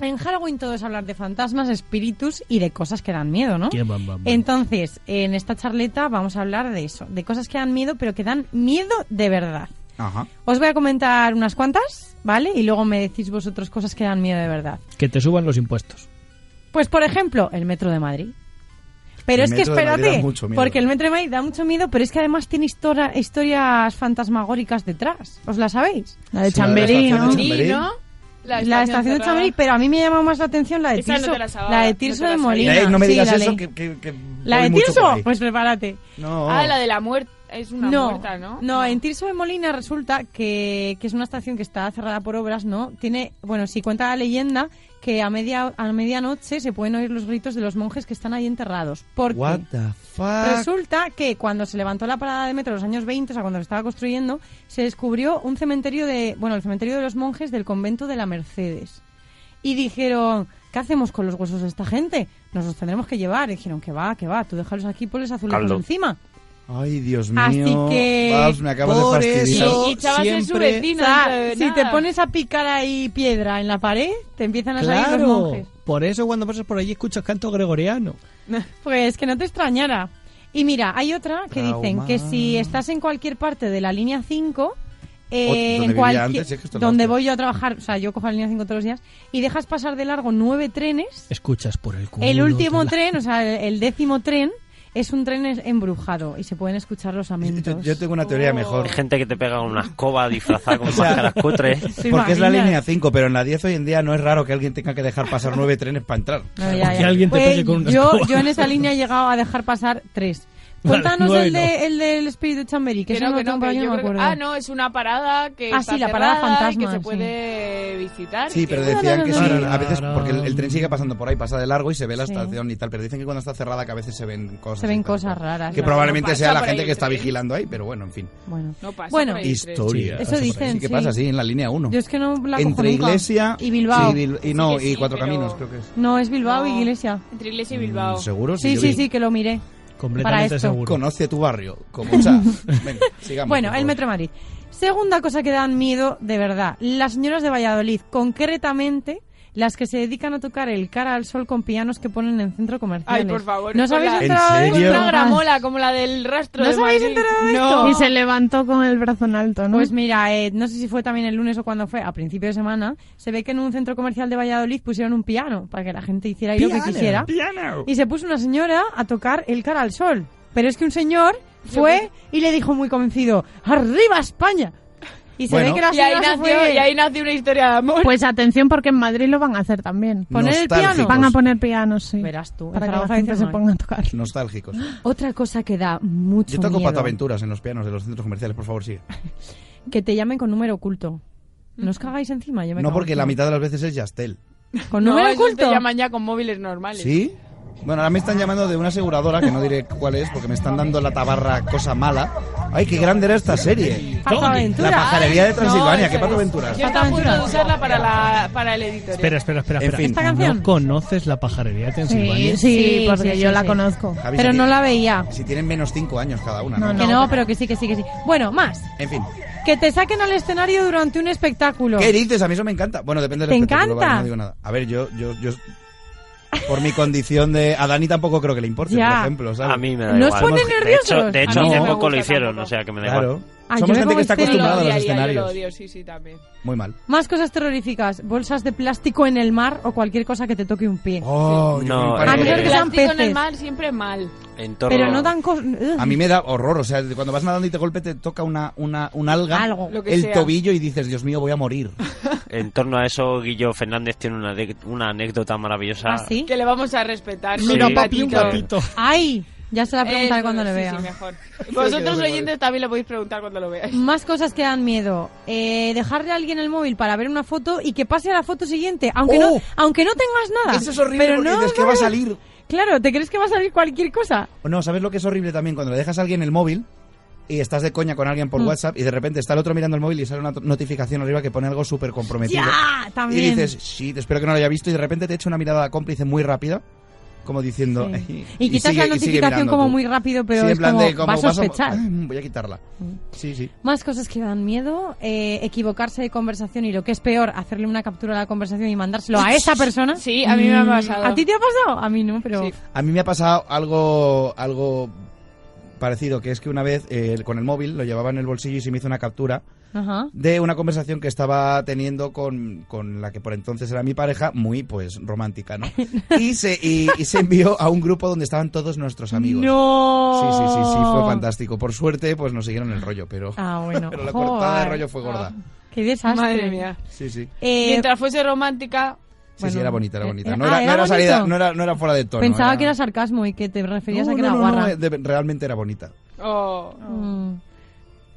S12: en Halloween todo es hablar de fantasmas, espíritus y de cosas que dan miedo, ¿no?
S1: Qué bam, bam, bam.
S12: Entonces, en esta charleta vamos a hablar de eso, de cosas que dan miedo, pero que dan miedo de verdad.
S10: Ajá.
S12: Os voy a comentar unas cuantas, ¿vale? Y luego me decís vosotros cosas que dan miedo de verdad.
S1: Que te suban los impuestos.
S12: Pues, por ejemplo, el metro de Madrid. Pero
S1: El
S12: es que
S1: metro de Madrid
S12: espérate,
S1: da mucho miedo.
S12: porque el metro de Madrid da mucho miedo, pero es que además tiene histora- historias fantasmagóricas detrás. ¿Os la sabéis?
S13: La de Sí, la de la Chamberí, estación de ¿no? Chamberí,
S9: ¿no?
S12: La,
S9: estación
S12: estación de
S9: cerrada.
S12: Chamberí, pero a mí me llama más la atención la de
S9: Esa no
S12: Tirso,
S9: te la sabía,
S12: la de
S9: no te
S12: Tirso
S9: la
S12: de
S9: sabía.
S12: Molina.
S10: Eh, no me
S12: Sí,
S10: digas
S12: la
S10: eso,
S12: leí.
S10: que, que- que
S12: ¿La
S10: voy
S12: de
S10: mucho por
S12: Tirso?
S10: ahí.
S12: Pues prepárate.
S10: No.
S9: Ah, la de la muerte. Es una muerta, ¿no?
S12: en Tirso de Molina resulta que, que es una estación que está cerrada por obras, ¿no? Tiene, bueno, si cuenta la leyenda que a media a medianoche se pueden oír los gritos de los monjes que están ahí enterrados. Porque
S10: What the fuck?
S12: resulta que cuando se levantó la parada de metro en los años 20, o sea, cuando se estaba construyendo, se descubrió un cementerio de, bueno, el cementerio de los monjes del convento de la Mercedes. Y dijeron, ¿qué hacemos con los huesos de esta gente? Nos los tendremos que llevar. Y dijeron, que va, que va, tú déjalos aquí, ponles azulejos
S10: Caldo.
S12: encima.
S10: Ay, Dios mío.
S12: Así que-
S10: Babs, me acabas
S12: Por
S10: de fastidiar.
S12: eso
S9: Y Chavas es su
S12: siempre-
S9: vecino,
S12: O sea,
S9: no sabe
S12: si
S9: nada.
S12: te pones a picar ahí piedra en la pared, te empiezan a salir los
S1: Claro.
S12: monjes.
S1: Por eso cuando pasas por allí escuchas canto gregoriano.
S12: Pues que no te extrañara. Y mira, hay otra que dicen
S1: Trauma.
S12: que si estás en cualquier parte de la línea 5, eh,
S1: O- donde
S12: en
S1: vivía
S12: cualquier-
S1: antes, si es que esto es la
S12: donde
S1: hostia.
S12: voy yo a trabajar, o sea, yo cojo la línea 5 todos los días, y dejas pasar de largo nueve trenes,
S1: Escuchas por el culo.
S12: el último
S1: de la-
S12: tren, o sea, el, el décimo tren, es un tren es- embrujado y se pueden escuchar los lamentos.
S10: Yo tengo una teoría mejor.
S14: Hay gente que te pega con una escoba disfrazada con máscaras cutres.
S10: Porque es la
S12: imaginas?
S10: línea 5, pero en la 10 hoy en día no es raro que alguien tenga que dejar pasar nueve trenes para entrar.
S12: Pues No, ya, ya. Pues, yo, yo en esa línea he llegado a dejar pasar tres. Cuéntanos
S1: nueve
S12: el,
S1: no.
S12: de, el del espíritu Chamberí, que
S9: Que
S12: eso
S9: no,
S12: no,
S9: que no,
S12: tengo
S9: que
S12: por aquí,
S9: yo
S12: no me
S9: creo que-
S12: acuerdo.
S9: Ah, no, es una parada que
S12: Ah,
S9: está
S12: sí, la parada
S9: cerrada y
S12: fantasma,
S9: que se
S12: sí.
S9: puede visitar.
S10: Sí,
S9: y
S10: pero
S9: que-
S10: decían que sí,
S9: No, no, no,
S10: a veces,
S9: no, no.
S10: porque el, el tren sigue pasando por ahí, pasa de largo y se ve la
S12: Sí.
S10: estación y tal, pero dicen que cuando está cerrada que a veces se ven cosas.
S12: Se ven cosas raras.
S10: que
S12: ¿no?
S10: probablemente
S12: No
S10: sea
S12: pasa
S10: la
S12: por
S10: gente
S12: ahí
S10: que
S12: el
S10: está
S12: tren.
S10: vigilando ahí, pero bueno, en fin.
S12: Bueno,
S9: No pasa
S12: bueno
S9: por ahí el tren.
S10: Historia.
S12: Eso dicen.
S10: ¿Qué
S12: sí.
S10: pasa? Sí, en la línea 1.
S12: Yo es que no la cojo
S10: Entre
S12: nunca.
S10: Iglesia
S12: y Bilbao.
S10: sí, Bil- y no,
S12: Sí que sí,
S10: y Cuatro
S12: pero-
S10: Caminos, creo que es.
S12: No, es Bilbao y
S9: No.
S12: Iglesia.
S9: Entre Iglesia y Bilbao.
S10: Mm, ¿Seguro?
S12: Sí,
S10: yo
S12: sí,
S10: vi.
S12: sí, que lo miré. para esto.
S10: Conoce tu barrio, como cha. Venga, sigamos.
S12: Bueno,
S10: por
S12: el
S10: favor.
S12: Metro Madrid. Segunda cosa que dan miedo, de verdad, las señoras de Valladolid, concretamente las que se dedican a tocar el cara al sol con pianos que ponen en centro comercial.
S9: Ay, por favor.
S12: ¿No os habéis enterado de esto?
S9: Una gramola como la del rastro
S12: ¿No
S9: de
S12: os habéis
S9: Madrid.
S12: enterado de
S9: No.
S12: esto?
S13: Y se levantó con el brazo en alto, ¿no?
S12: Pues mira, eh, no sé si fue también el lunes o cuando fue, a principio de semana, se ve que en un centro comercial de Valladolid pusieron un piano para que la gente hiciera ahí lo que
S10: Piano,
S12: quisiera.
S10: piano.
S12: Y se puso una señora a tocar el cara al sol. Pero es que un señor fue y le dijo muy convencido, ¡Arriba España! Y se ve
S13: Bueno.
S12: que la
S9: Y ahí
S12: señora se
S9: nació-
S12: fue-
S9: y ahí nació una historia de amor.
S13: Pues atención porque en Madrid lo van a hacer también.
S10: ¿Poner el Nostálgicos. piano?
S13: Van a poner piano, sí.
S12: Verás tú. en
S13: Para que la
S12: Zaragoza
S13: gente
S12: dicen
S13: se
S12: no.
S13: ponga a tocar.
S10: Nostálgicos.
S12: Otra cosa que da mucho
S10: Yo toco
S12: miedo,
S10: Pato Aventuras en los pianos de los centros comerciales, por favor, sigue.
S12: que te llamen con número oculto. ¿No os cagáis encima? Yo me
S10: No,
S12: cago
S10: porque la
S12: encima.
S10: mitad de las veces es Yastel.
S12: ¿Con
S9: No,
S12: número
S9: esos
S12: oculto?
S9: te llaman ya con móviles normales.
S10: ¿Sí? Bueno, ahora me están llamando de una aseguradora, que no diré cuál es, porque me están dando la tabarra cosa mala. ¡Ay, qué grande era esta serie!
S12: Pato Aventura.
S10: La pajarería de
S9: No,
S10: Transilvania,
S9: eso
S10: qué Pato
S9: es.
S10: Aventuras.
S9: Yo estaba a punto de usarla para, la, para el editorial.
S1: Espera, espera, espera.
S10: En
S1: espera.
S10: fin. ¿Esta canción?
S1: ¿No conoces la pajarería de Transilvania?
S13: Sí, sí, porque yo la conozco.
S10: Javi,
S12: Pero
S10: si
S12: no
S10: tiene-
S12: la veía.
S10: Si tienen menos 5 años cada una, ¿no?
S12: que no, pero que sí, que sí, que sí. Bueno, más.
S10: En fin.
S12: Que te saquen al escenario durante un espectáculo.
S10: ¿Qué dices? A mí eso me encanta. Bueno, depende del
S12: ¿Te
S10: espectáculo,
S12: encanta?
S10: vale, no digo nada. A ver, yo, yo, yo... Por mi condición de... A Dani tampoco creo que le importe,
S12: Ya.
S10: por ejemplo, ¿sabes?
S14: A mí me da igual. De hecho, de hecho
S10: A mí no
S14: hace
S10: me
S14: poco
S10: gusta
S14: lo hicieron, o sea que me da
S10: Claro.
S14: igual.
S12: Ah, yo
S10: Somos
S12: me
S10: gente
S12: pongo
S10: que
S9: este
S10: está
S12: histérica.
S10: acostumbrada a los
S9: Odiaría, yo lo
S10: escenarios.
S9: odio, sí, sí, también.
S10: Muy mal.
S12: Más cosas terroríficas. Bolsas de plástico en el mar o cualquier cosa que te toque un pie.
S10: Oh, yo
S14: No,
S10: fui un
S14: eh,
S10: par de-
S14: A menos que
S12: sean
S9: Plástico en el
S12: peces.
S9: mar siempre mal.
S14: En torno-
S12: Pero no dan cosas...
S10: A mí me da horror, o sea, cuando vas nadando y te golpe te toca una, una, un alga,
S12: Algo.
S9: Lo que
S10: el
S9: sea.
S10: tobillo y dices, Dios mío, voy a morir.
S14: En torno a eso, Guillo Fernández tiene una, de- una anécdota maravillosa.
S12: ¿Ah, sí?
S9: Que le vamos a respetar.
S14: Mira,
S9: Sí.
S14: papi, un
S9: Patito.
S12: ¡Ay! Ya se la preguntaré
S13: Eh,
S9: Eso,
S12: cuando le
S9: sí,
S12: vea.
S9: Sí, mejor. Vosotros oyentes también lo podéis preguntar cuando lo veáis.
S12: Más cosas que dan miedo. Eh, dejarle a alguien el móvil para ver una foto y que pase a la foto siguiente, aunque,
S10: ¡Oh!
S12: no, aunque no tengas nada.
S10: Eso es horrible
S12: Pero
S10: porque
S12: no,
S10: dices que
S12: no,
S10: va a
S12: no.
S10: salir.
S12: Claro, ¿te crees que va a salir cualquier cosa?
S10: O No, ¿sabes lo que es horrible también? Cuando le dejas a alguien el móvil y estás de coña con alguien por
S12: Mm.
S10: WhatsApp y de repente está el otro mirando el móvil y sale una to- notificación arriba que pone algo súper comprometido.
S12: ¡Ya! También.
S10: Y dices, sí, te espero que no lo haya visto y de repente te echa una mirada cómplice muy rápida. Como diciendo.
S12: Sí. Y quitas la
S10: sigue- y sigue
S12: notificación
S10: mirando
S12: como
S10: tú.
S12: muy rápido, pero
S10: Sí, en
S12: es
S10: plan
S12: como,
S10: de
S12: va a
S10: vas mo-
S12: sospechar. Mm.
S10: Ah, voy a quitarla. Sí, sí.
S12: Más cosas que dan miedo, eh, equivocarse de conversación y lo que es peor, hacerle una captura de la conversación y mandárselo a esa persona.
S9: Sí, a mí me ha
S12: Mm,
S9: pasado.
S12: ¿A ti te ha pasado? A mí no, pero...
S10: A mí me ha pasado algo, algo parecido, que es que una vez eh, con el móvil lo llevaba en el bolsillo y se me hizo una captura
S12: Ajá.
S10: de una conversación que estaba teniendo con, con la que por entonces era mi pareja, muy pues romántica, ¿no? Y se, y, y se envió a un grupo donde estaban todos nuestros amigos.
S12: ¡No!
S10: Sí, sí, sí, sí, fue fantástico. Por suerte, pues nos siguieron el rollo, pero,
S12: Ah, bueno.
S10: pero la cortada de
S12: Joder.
S10: rollo fue gorda.
S12: Qué desastre.
S9: Madre mía.
S10: Sí, sí.
S12: Eh,
S9: Mientras fuese romántica,
S10: Sí, sí, era bonita, era bonita. No
S12: ah,
S10: era,
S12: ¿era
S10: no era salida,
S12: bonito?
S10: no era, no era fuera de tono.
S12: pensaba que era sarcasmo y que te referías
S10: No,
S12: a que
S10: no,
S12: era
S10: no, no,
S12: guarra.
S10: de- realmente era bonita.
S9: oh,
S12: Mm.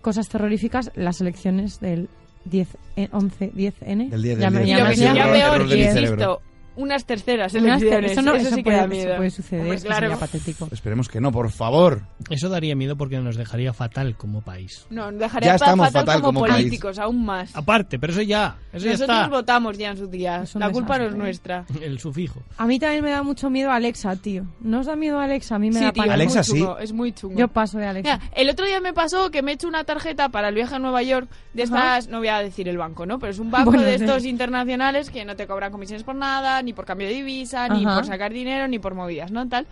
S12: Cosas terroríficas, las elecciones del 10, eh, 11, 10N.
S10: Del 10,
S12: Ya
S10: del
S12: me- ya
S10: 10, del
S12: me-
S10: 10,
S12: ya
S10: del
S12: me-
S10: error- error de mi
S12: insisto,
S10: cerebro.
S9: unas terceras
S12: Unas ter-
S9: elecciones.
S12: Eso, no, eso,
S9: sí que
S12: puede,
S9: da
S12: eso
S9: miedo.
S12: puede suceder,
S9: Hombre,
S12: es que
S9: claro.
S12: sería patético.
S10: Esperemos que no, por favor.
S1: Eso daría miedo porque nos dejaría fatal como país.
S9: No, nos dejaría
S10: Ya estamos
S9: fatal,
S10: fatal
S9: como,
S10: como país.
S9: políticos, aún más.
S1: Aparte, pero eso ya, eso ya
S9: Nosotros
S1: está.
S9: votamos ya en su día.
S12: un
S9: La culpa no es
S12: desastre.
S9: nuestra.
S1: El sufijo.
S12: A mí también me da mucho miedo Alexa, tío. ¿No os da miedo Alexa? A mí me
S9: sí,
S12: da
S9: tío,
S12: pánico.
S10: Alexa,
S9: es muy
S10: sí.
S9: chungo, es muy chungo.
S12: Yo paso de Alexa.
S9: Mira, el otro día me pasó que me he hecho una tarjeta para el viaje a Nueva York de
S12: Ajá.
S9: estas, no voy a decir el banco, ¿no? Pero es un banco
S12: Bueno,
S9: de
S12: sí.
S9: estos internacionales que no te cobran comisiones por nada, ni por cambio de divisa, ni
S12: Ajá.
S9: por sacar dinero, ni por movidas, ¿no? Tal.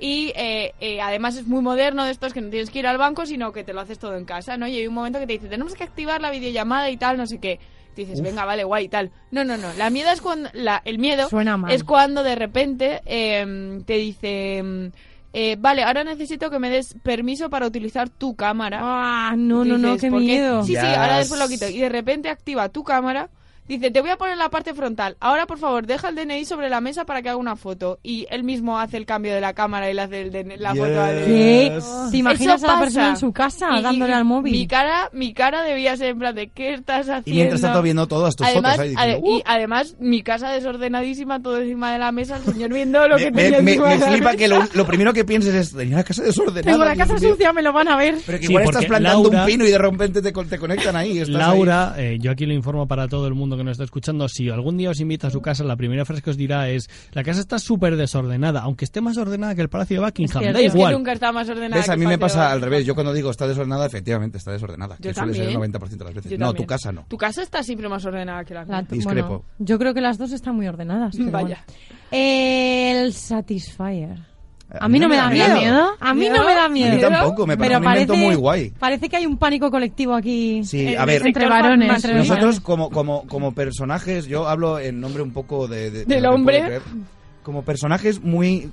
S9: Y eh, eh, además es muy moderno de estos que no tienes que ir al banco, sino que te lo haces todo en casa, ¿no? Y hay un momento que te dice, tenemos que activar la videollamada y tal, no sé qué. Te dices, venga, vale, guay, tal. No, no, no. La miedo es cuando, la- el miedo
S12: Suena mal.
S9: es cuando de repente eh, te dice, mm, eh, vale, ahora necesito que me des permiso para utilizar tu cámara.
S12: Ah, no, no, no,
S9: Dices,
S12: qué
S9: ¿por qué?
S12: miedo.
S9: Sí, sí,
S10: Ya
S9: ahora después lo
S10: es-
S9: quito. Y de repente activa tu cámara Dice, te voy a poner la parte frontal. Ahora, por favor, deja el DNI sobre la mesa para que haga una foto. Y él mismo hace el cambio de la cámara y le hace el DNI la foto al-
S12: ¿Qué?
S9: Eso
S12: Eh, ¿Te imaginas a la
S9: pasa.
S12: persona en su casa
S9: Y-
S12: dándole al móvil?
S9: Mi cara, mi cara debía ser en plan de, ¿qué estás haciendo?
S10: Y mientras tanto viendo todas tus
S9: además,
S10: fotos ahí
S9: ade-
S10: diciendo,
S9: Y además, mi casa desordenadísima, todo encima de la mesa, el señor viendo lo que
S10: Me,
S9: tenía
S10: me-
S9: encima
S10: me
S9: de la
S10: flipa
S9: mesa.
S10: que lo, lo primero que pienses es tenía la casa desordenada.
S12: Tengo la
S10: Dios
S12: casa
S10: mío".
S12: sucia, me lo van a ver.
S10: Pero que
S1: Sí,
S10: igual estás
S1: porque
S10: plantando
S1: Laura-
S10: un pino y de repente te, con- te conectan ahí. estás ahí.
S1: Laura, eh, yo aquí lo informo para todo el mundo que nos está escuchando. Si algún día os invita a su casa, la primera frase que os dirá es: La casa está súper desordenada, aunque esté más ordenada que el Palacio de Buckingham.
S9: Cierto,
S1: da
S9: es que
S1: igual.
S9: nunca está más ordenada
S10: ¿Ves? A
S9: que
S10: mí me
S9: Paseo de
S10: pasa
S9: Bar-
S10: al revés. Yo cuando digo está desordenada, efectivamente está desordenada.
S9: Yo
S10: que suele ser el
S9: también.
S10: 90% de las veces.
S9: Yo
S10: no, tu
S9: también.
S10: casa no.
S9: Tu casa está siempre más ordenada que la mía.
S10: Discrepo.
S12: yo creo que las dos están muy ordenadas. pero
S9: Vaya.
S12: bueno. El Satisfyer.
S10: Eh,
S12: A mí no me da miedo. A mí no
S9: ¿Miedo?
S12: me da
S9: A mí
S12: miedo.
S10: tampoco, me parece
S12: Pero
S10: un invento muy guay.
S12: Parece que hay un pánico colectivo aquí.
S10: Sí, a ver,
S12: entre varones. entre los
S10: Nosotros
S12: varones.
S10: como, como, como personajes, yo hablo en nombre un poco de, de- de
S12: Del
S10: lo que
S12: hombre.
S10: puedo creer. como personajes muy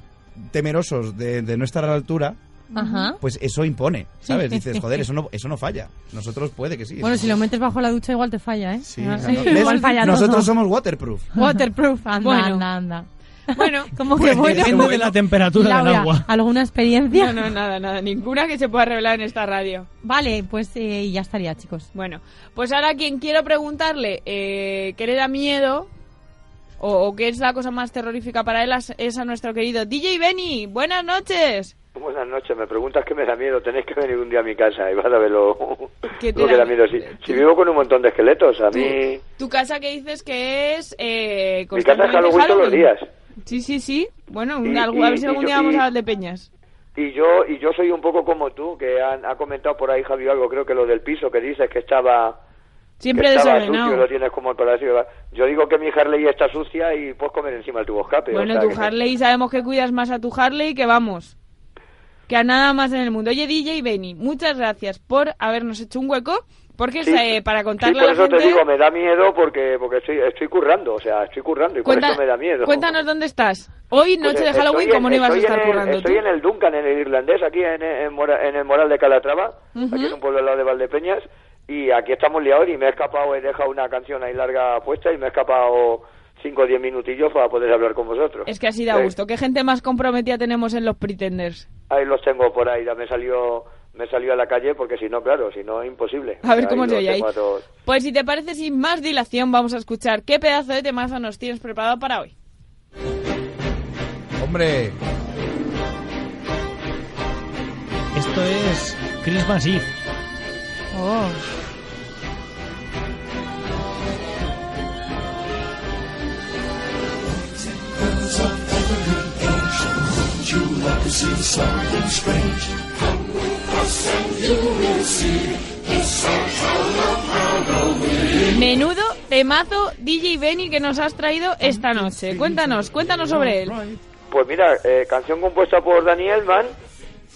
S10: temerosos de, de no estar a la altura,
S12: Ajá.
S10: pues eso impone, ¿sabes? Dices, joder, eso no, eso no falla. Nosotros puede que sí.
S12: Bueno, si lo metes bajo la ducha igual te falla, ¿eh?
S10: Sí,
S12: Igual-
S10: no, no.
S12: igual
S10: ¿Ves?
S12: falla
S10: Nosotros
S12: todo.
S10: somos waterproof.
S12: Waterproof, anda,
S9: Bueno.
S12: anda, anda.
S9: Bueno,
S12: como que bueno.
S1: Depende de la temperatura del
S12: Laura,
S1: agua.
S12: ¿Alguna experiencia?
S9: No, no, nada, nada. Ninguna que se pueda revelar en esta radio.
S12: Vale, pues eh, ya estaría, chicos.
S9: Bueno, pues ahora quien quiero preguntarle eh, qué le da miedo o, o qué es la cosa más terrorífica para él as- es a nuestro querido DJ Benny. Buenas noches.
S15: Buenas noches, me preguntas qué me da miedo. Tenéis que venir un día a mi casa y vas a ver lo,
S9: ¿Qué te
S15: lo que
S9: da
S15: da miedo. Si, si vivo con un montón de esqueletos, a mí.
S9: Tu casa que dices que es... Eh,
S15: Mi casa es
S9: constantemente
S15: Halloween todos los días.
S9: Sí, sí, sí. Bueno,
S15: Y-
S9: un- algún- a ver
S15: y-
S9: si
S15: y
S9: algún
S15: yo-
S9: día vamos
S15: y-
S9: a hablar de Peñas.
S15: Y yo y yo soy un poco como tú, que han, ha comentado por ahí Javi algo, creo que lo del piso que dices que estaba.
S9: Siempre
S15: que estaba
S9: desordenado.
S15: sucio, lo tienes como el palacio. de- Yo digo que mi Harley está sucia y puedes comer encima el tubo escape. o
S9: Bueno,
S15: sea
S9: tu
S15: que-
S9: Harley, sabemos que cuidas más a tu Harley que vamos. Que a nada más en el mundo. Oye, DJ Benny, muchas gracias por habernos hecho un hueco. Porque
S15: Sí.
S9: eh, para
S15: Sí,
S9: contarle
S15: por
S9: a la
S15: eso
S9: gente...
S15: te digo, me da miedo porque porque estoy, estoy currando, o sea, estoy currando y por
S9: Cuenta-
S15: eso me da miedo.
S9: Cuéntanos dónde estás. Hoy, noche
S15: Pues,
S9: de
S15: estoy
S9: Halloween,
S15: en-
S9: ¿cómo no ibas a
S15: estoy en
S9: estar
S15: el-
S9: currando tú?
S15: Estoy en el Duncan, en el irlandés, aquí en, en Mora- en el Moral de Calatrava,
S9: Ujú.
S15: aquí en un pueblo al lado de Valdepeñas, y aquí estamos liados y me he escapado, he dejado una canción ahí larga puesta y me he escapado 5 o 10 minutillos para poder hablar con vosotros.
S9: Es que así da
S15: Eh,
S9: gusto. ¿Qué gente más comprometida tenemos en los Pretenders?
S15: ahí los tengo por ahí, ya me salió, me salió a la calle porque si no, claro, si no, imposible.
S9: A ver
S15: Ahí
S9: cómo se
S15: los
S9: oye ahí.
S15: tengo a todos.
S9: Pues si te parece, sin más dilación, vamos a escuchar qué pedazo de temazo nos tienes preparado para hoy.
S10: Hombre,
S1: Esto es Christmas Eve.
S12: Oh.
S9: Menudo temazo DJ Benny que nos has traído esta noche. Cuéntanos, cuéntanos sobre él.
S15: Pues mira, eh, canción compuesta por Daniel Mann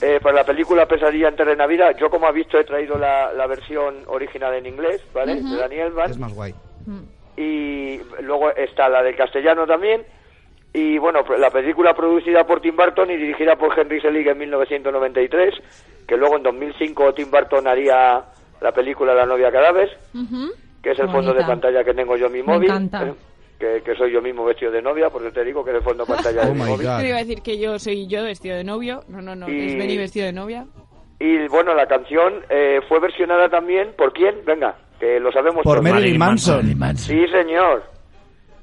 S15: eh, para la película Pesadilla antes de Navidad. Yo, como has visto, he traído la, la versión original en inglés, ¿vale?
S10: Ujú.
S15: De Daniel Mann.
S10: es más guay.
S12: Mm.
S15: Y luego está la del castellano también. Y bueno, la película producida por Tim Burton y dirigida por Henry Selig en 1993, que luego en 2005 Tim Burton haría la película La novia cadáver, que es el fondo de
S12: Bonita.
S15: pantalla que tengo yo en mi
S12: Me
S15: móvil. eh,
S12: encanta.
S15: Que, que soy yo mismo vestido de novia, porque te digo que es el fondo de pantalla de
S10: Oh
S15: mi móvil.
S9: Te iba a decir que yo soy yo vestido de novio. No, no, no,
S15: Y-
S9: es Benny vestido de novia.
S15: Y bueno, la canción eh, fue versionada también por quién? Venga, que lo sabemos
S10: Por
S15: todos.
S10: Marilyn Manson.
S15: Sí, señor.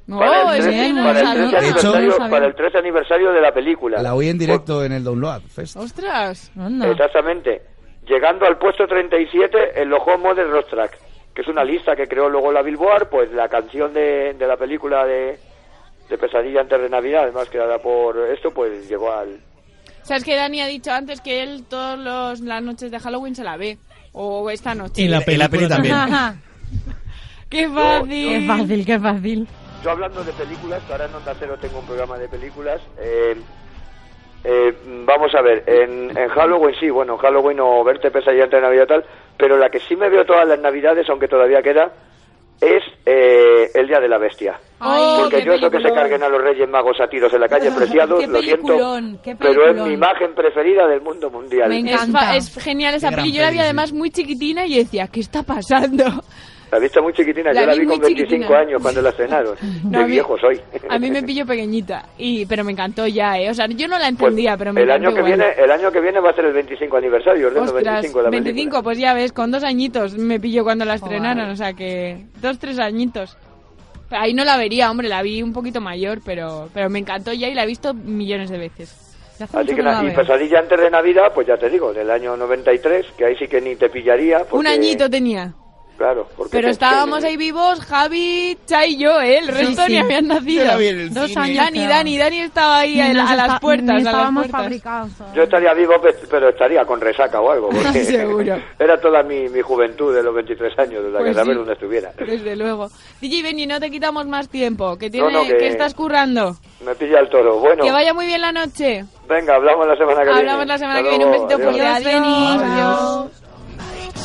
S9: No,
S15: para el
S9: es
S15: 13
S9: que no
S15: para el
S9: lo
S15: 13 aniversario-
S9: sabía. No lo sabía.
S15: para el 13 aniversario de la película.
S10: La oí en directo en el Download Fest.
S9: ¡Ostras!
S15: Exactamente. Llegando al puesto 37 en los Hot Modern Rock Track, que es una lista que creó luego la Billboard, pues la canción de, de la película de, de Pesadilla antes de Navidad, además creada por esto, pues llegó al...
S9: ¿Sabes que Dani ha dicho antes que él todas las noches de Halloween se la ve? O esta noche.
S10: Y la Y la peli película también.
S9: ¡Qué fácil!
S12: Qué fácil, qué fácil.
S15: Yo hablando de películas, ahora en Onda Cero tengo un programa de películas. eh, eh, vamos a ver, en, en Halloween sí, bueno, en Halloween o verte pesadilla antes de Navidad tal, pero la que sí me veo todas las Navidades, aunque todavía queda, es eh, el Día de la Bestia. Porque yo eso que se carguen a los Reyes Magos a tiros en la calle, preciados, lo siento,
S12: qué
S15: pero es
S12: peliculón.
S15: mi imagen preferida del mundo mundial.
S9: Es fa- Es, genial esa
S15: Qué gran
S9: peli. Yo la vi
S15: peli,
S9: además muy chiquitina y yo decía, ¿qué está pasando?
S15: La viste muy chiquitina,
S9: La
S15: yo la
S9: vi
S15: vi
S9: muy
S15: con 25
S9: chiquitina.
S15: años cuando la estrenaron.
S9: No, a
S15: Qué
S9: mí-
S15: viejo soy.
S9: A mí me pilló pequeñita, y pero me encantó ya, ¿eh? O sea, yo no la entendía, pero me
S15: Pues el año
S9: encantó
S15: que
S9: igual.
S15: viene, el año que viene va a ser el 25 aniversario, ordeno
S9: Ostras,
S15: 25 la
S9: 25, pues ya ves, con dos añitos me pilló cuando la estrenaron, o sea que dos, tres añitos. Pero ahí no la vería, hombre, la vi un poquito mayor, pero, pero me encantó ya y la he visto millones de veces.
S15: Así que nada, y pesadilla antes de Navidad, pues ya te digo, del año 93, que ahí sí que ni te pillaría. Porque,
S9: Un añito tenía.
S15: Claro, porque
S9: Pero
S15: te-
S9: estábamos ahí vivos, Javi, Chay y yo, ¿eh? El resto
S12: sí.
S9: ni habían nacido.
S12: Yo la vi en el Dos cine. años
S9: Dani,
S12: quedaba.
S9: Dani, Dani estaba ahí
S12: Ni
S9: a, la-
S12: nos
S9: a
S12: esta-
S9: las puertas.
S12: ni
S9: a las
S12: estábamos
S9: puertas.
S15: Yo estaría vivo, pe- pero estaría con resaca o algo. Porque
S9: Seguro.
S15: Era toda mi, mi juventud de los 23 años, de la
S9: Pues
S15: que saber
S9: sí.
S15: dónde estuviera.
S9: Desde luego. DJ Benny, no te quitamos más tiempo, que, tiene,
S15: no,
S9: que...
S15: que-
S9: estás currando.
S15: Me pilla el toro. Bueno,
S9: Que vaya muy bien la noche.
S15: venga, hablamos la semana que viene.
S9: Hablamos la semana
S15: Hasta
S9: que viene. Un
S15: luego,
S9: besito por
S15: adiós.
S9: allá. Adiós. Adiós.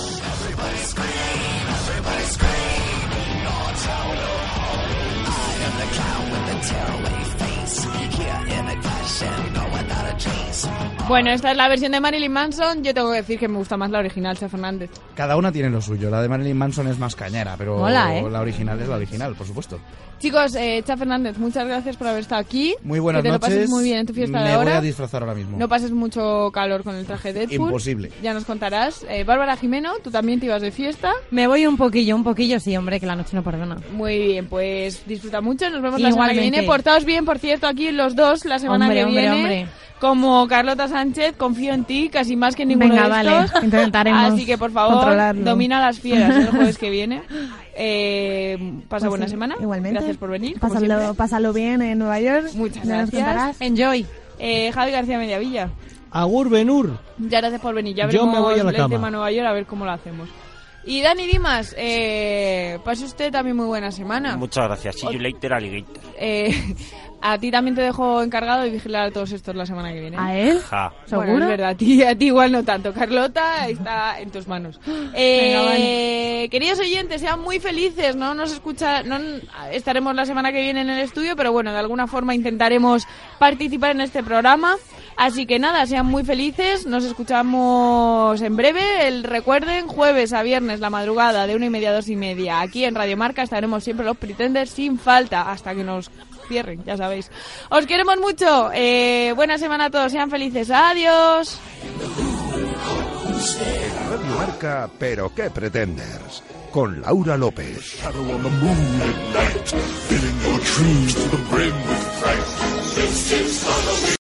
S9: Bueno, esta es la versión de Marilyn Manson. Yo tengo que decir que me gusta más la original, Cha Fernández.
S10: Cada una tiene lo suyo. La de Marilyn Manson es más cañera, pero
S9: Mola, ¿eh?
S10: la original es la original, por supuesto.
S9: Chicos, eh, Cha Fernández, muchas gracias por haber estado aquí.
S10: Muy buenas
S9: Que te
S10: noches.
S9: lo pases muy bien en tu fiesta de
S10: Me voy
S9: ahora.
S10: a disfrazar ahora mismo.
S9: No pases mucho calor con el traje de Deadpool.
S10: Imposible.
S9: Ya nos contarás. Eh, Bárbara Jimeno, tú también te ibas de fiesta.
S12: Me voy un poquillo, un poquillo, sí, hombre, que la noche no perdona.
S9: Muy bien, pues disfruta mucho. Nos vemos la semana que
S12: Igualmente.
S9: viene. Portaos bien, por cierto, aquí los dos la semana
S12: Hombre,
S9: que
S12: hombre,
S9: viene.
S12: hombre.
S9: Como Carlota Sánchez, confío en ti, casi más que en ninguno
S13: Venga,
S9: de
S13: vale,
S9: estos.
S13: intentaremos
S9: Así que, por favor,
S13: controlarlo.
S9: domina las fieras el jueves que viene. Eh, pasa
S13: Pues
S9: buena
S13: sí,
S9: semana.
S13: Igualmente.
S9: Gracias por venir. como
S13: Pásalo,
S9: siempre.
S13: pásalo bien en Nueva York.
S9: Muchas
S13: Ya nos
S9: gracias.
S13: contarás.
S9: Enjoy. Eh, Javi García Mediavilla,
S1: Agur Benur.
S9: ya gracias por venir. Ya
S1: Yo
S9: veremos
S1: me voy a la
S9: el
S1: cama.
S9: tema Nueva York a ver cómo lo hacemos. Y Dani Dimas, eh, pase usted también muy buena semana.
S14: Muchas gracias. See you later, alligator.
S9: Eh, a ti también te dejo encargado de vigilar a todos estos la semana que viene.
S13: ¿A él?
S14: Ja.
S9: Bueno,
S13: ¿Seguro?
S9: es verdad, a ti, a ti igual no tanto. Carlota está en tus manos. Eh,
S13: Venga,
S9: Queridos oyentes, sean muy felices, ¿no? Nos escucha, no estaremos la semana que viene en el estudio, pero bueno, de alguna forma intentaremos participar en este programa. Así que nada, sean muy felices, nos escuchamos en breve. El, recuerden, jueves a viernes, la madrugada, de una y media a dos y media. Aquí en Radio Marca estaremos siempre los pretenders sin falta, hasta que nos cierren, ya sabéis. Os queremos mucho, eh, buena semana a todos, sean felices, adiós.
S8: En Radio Marca, pero qué pretenders, con Laura López.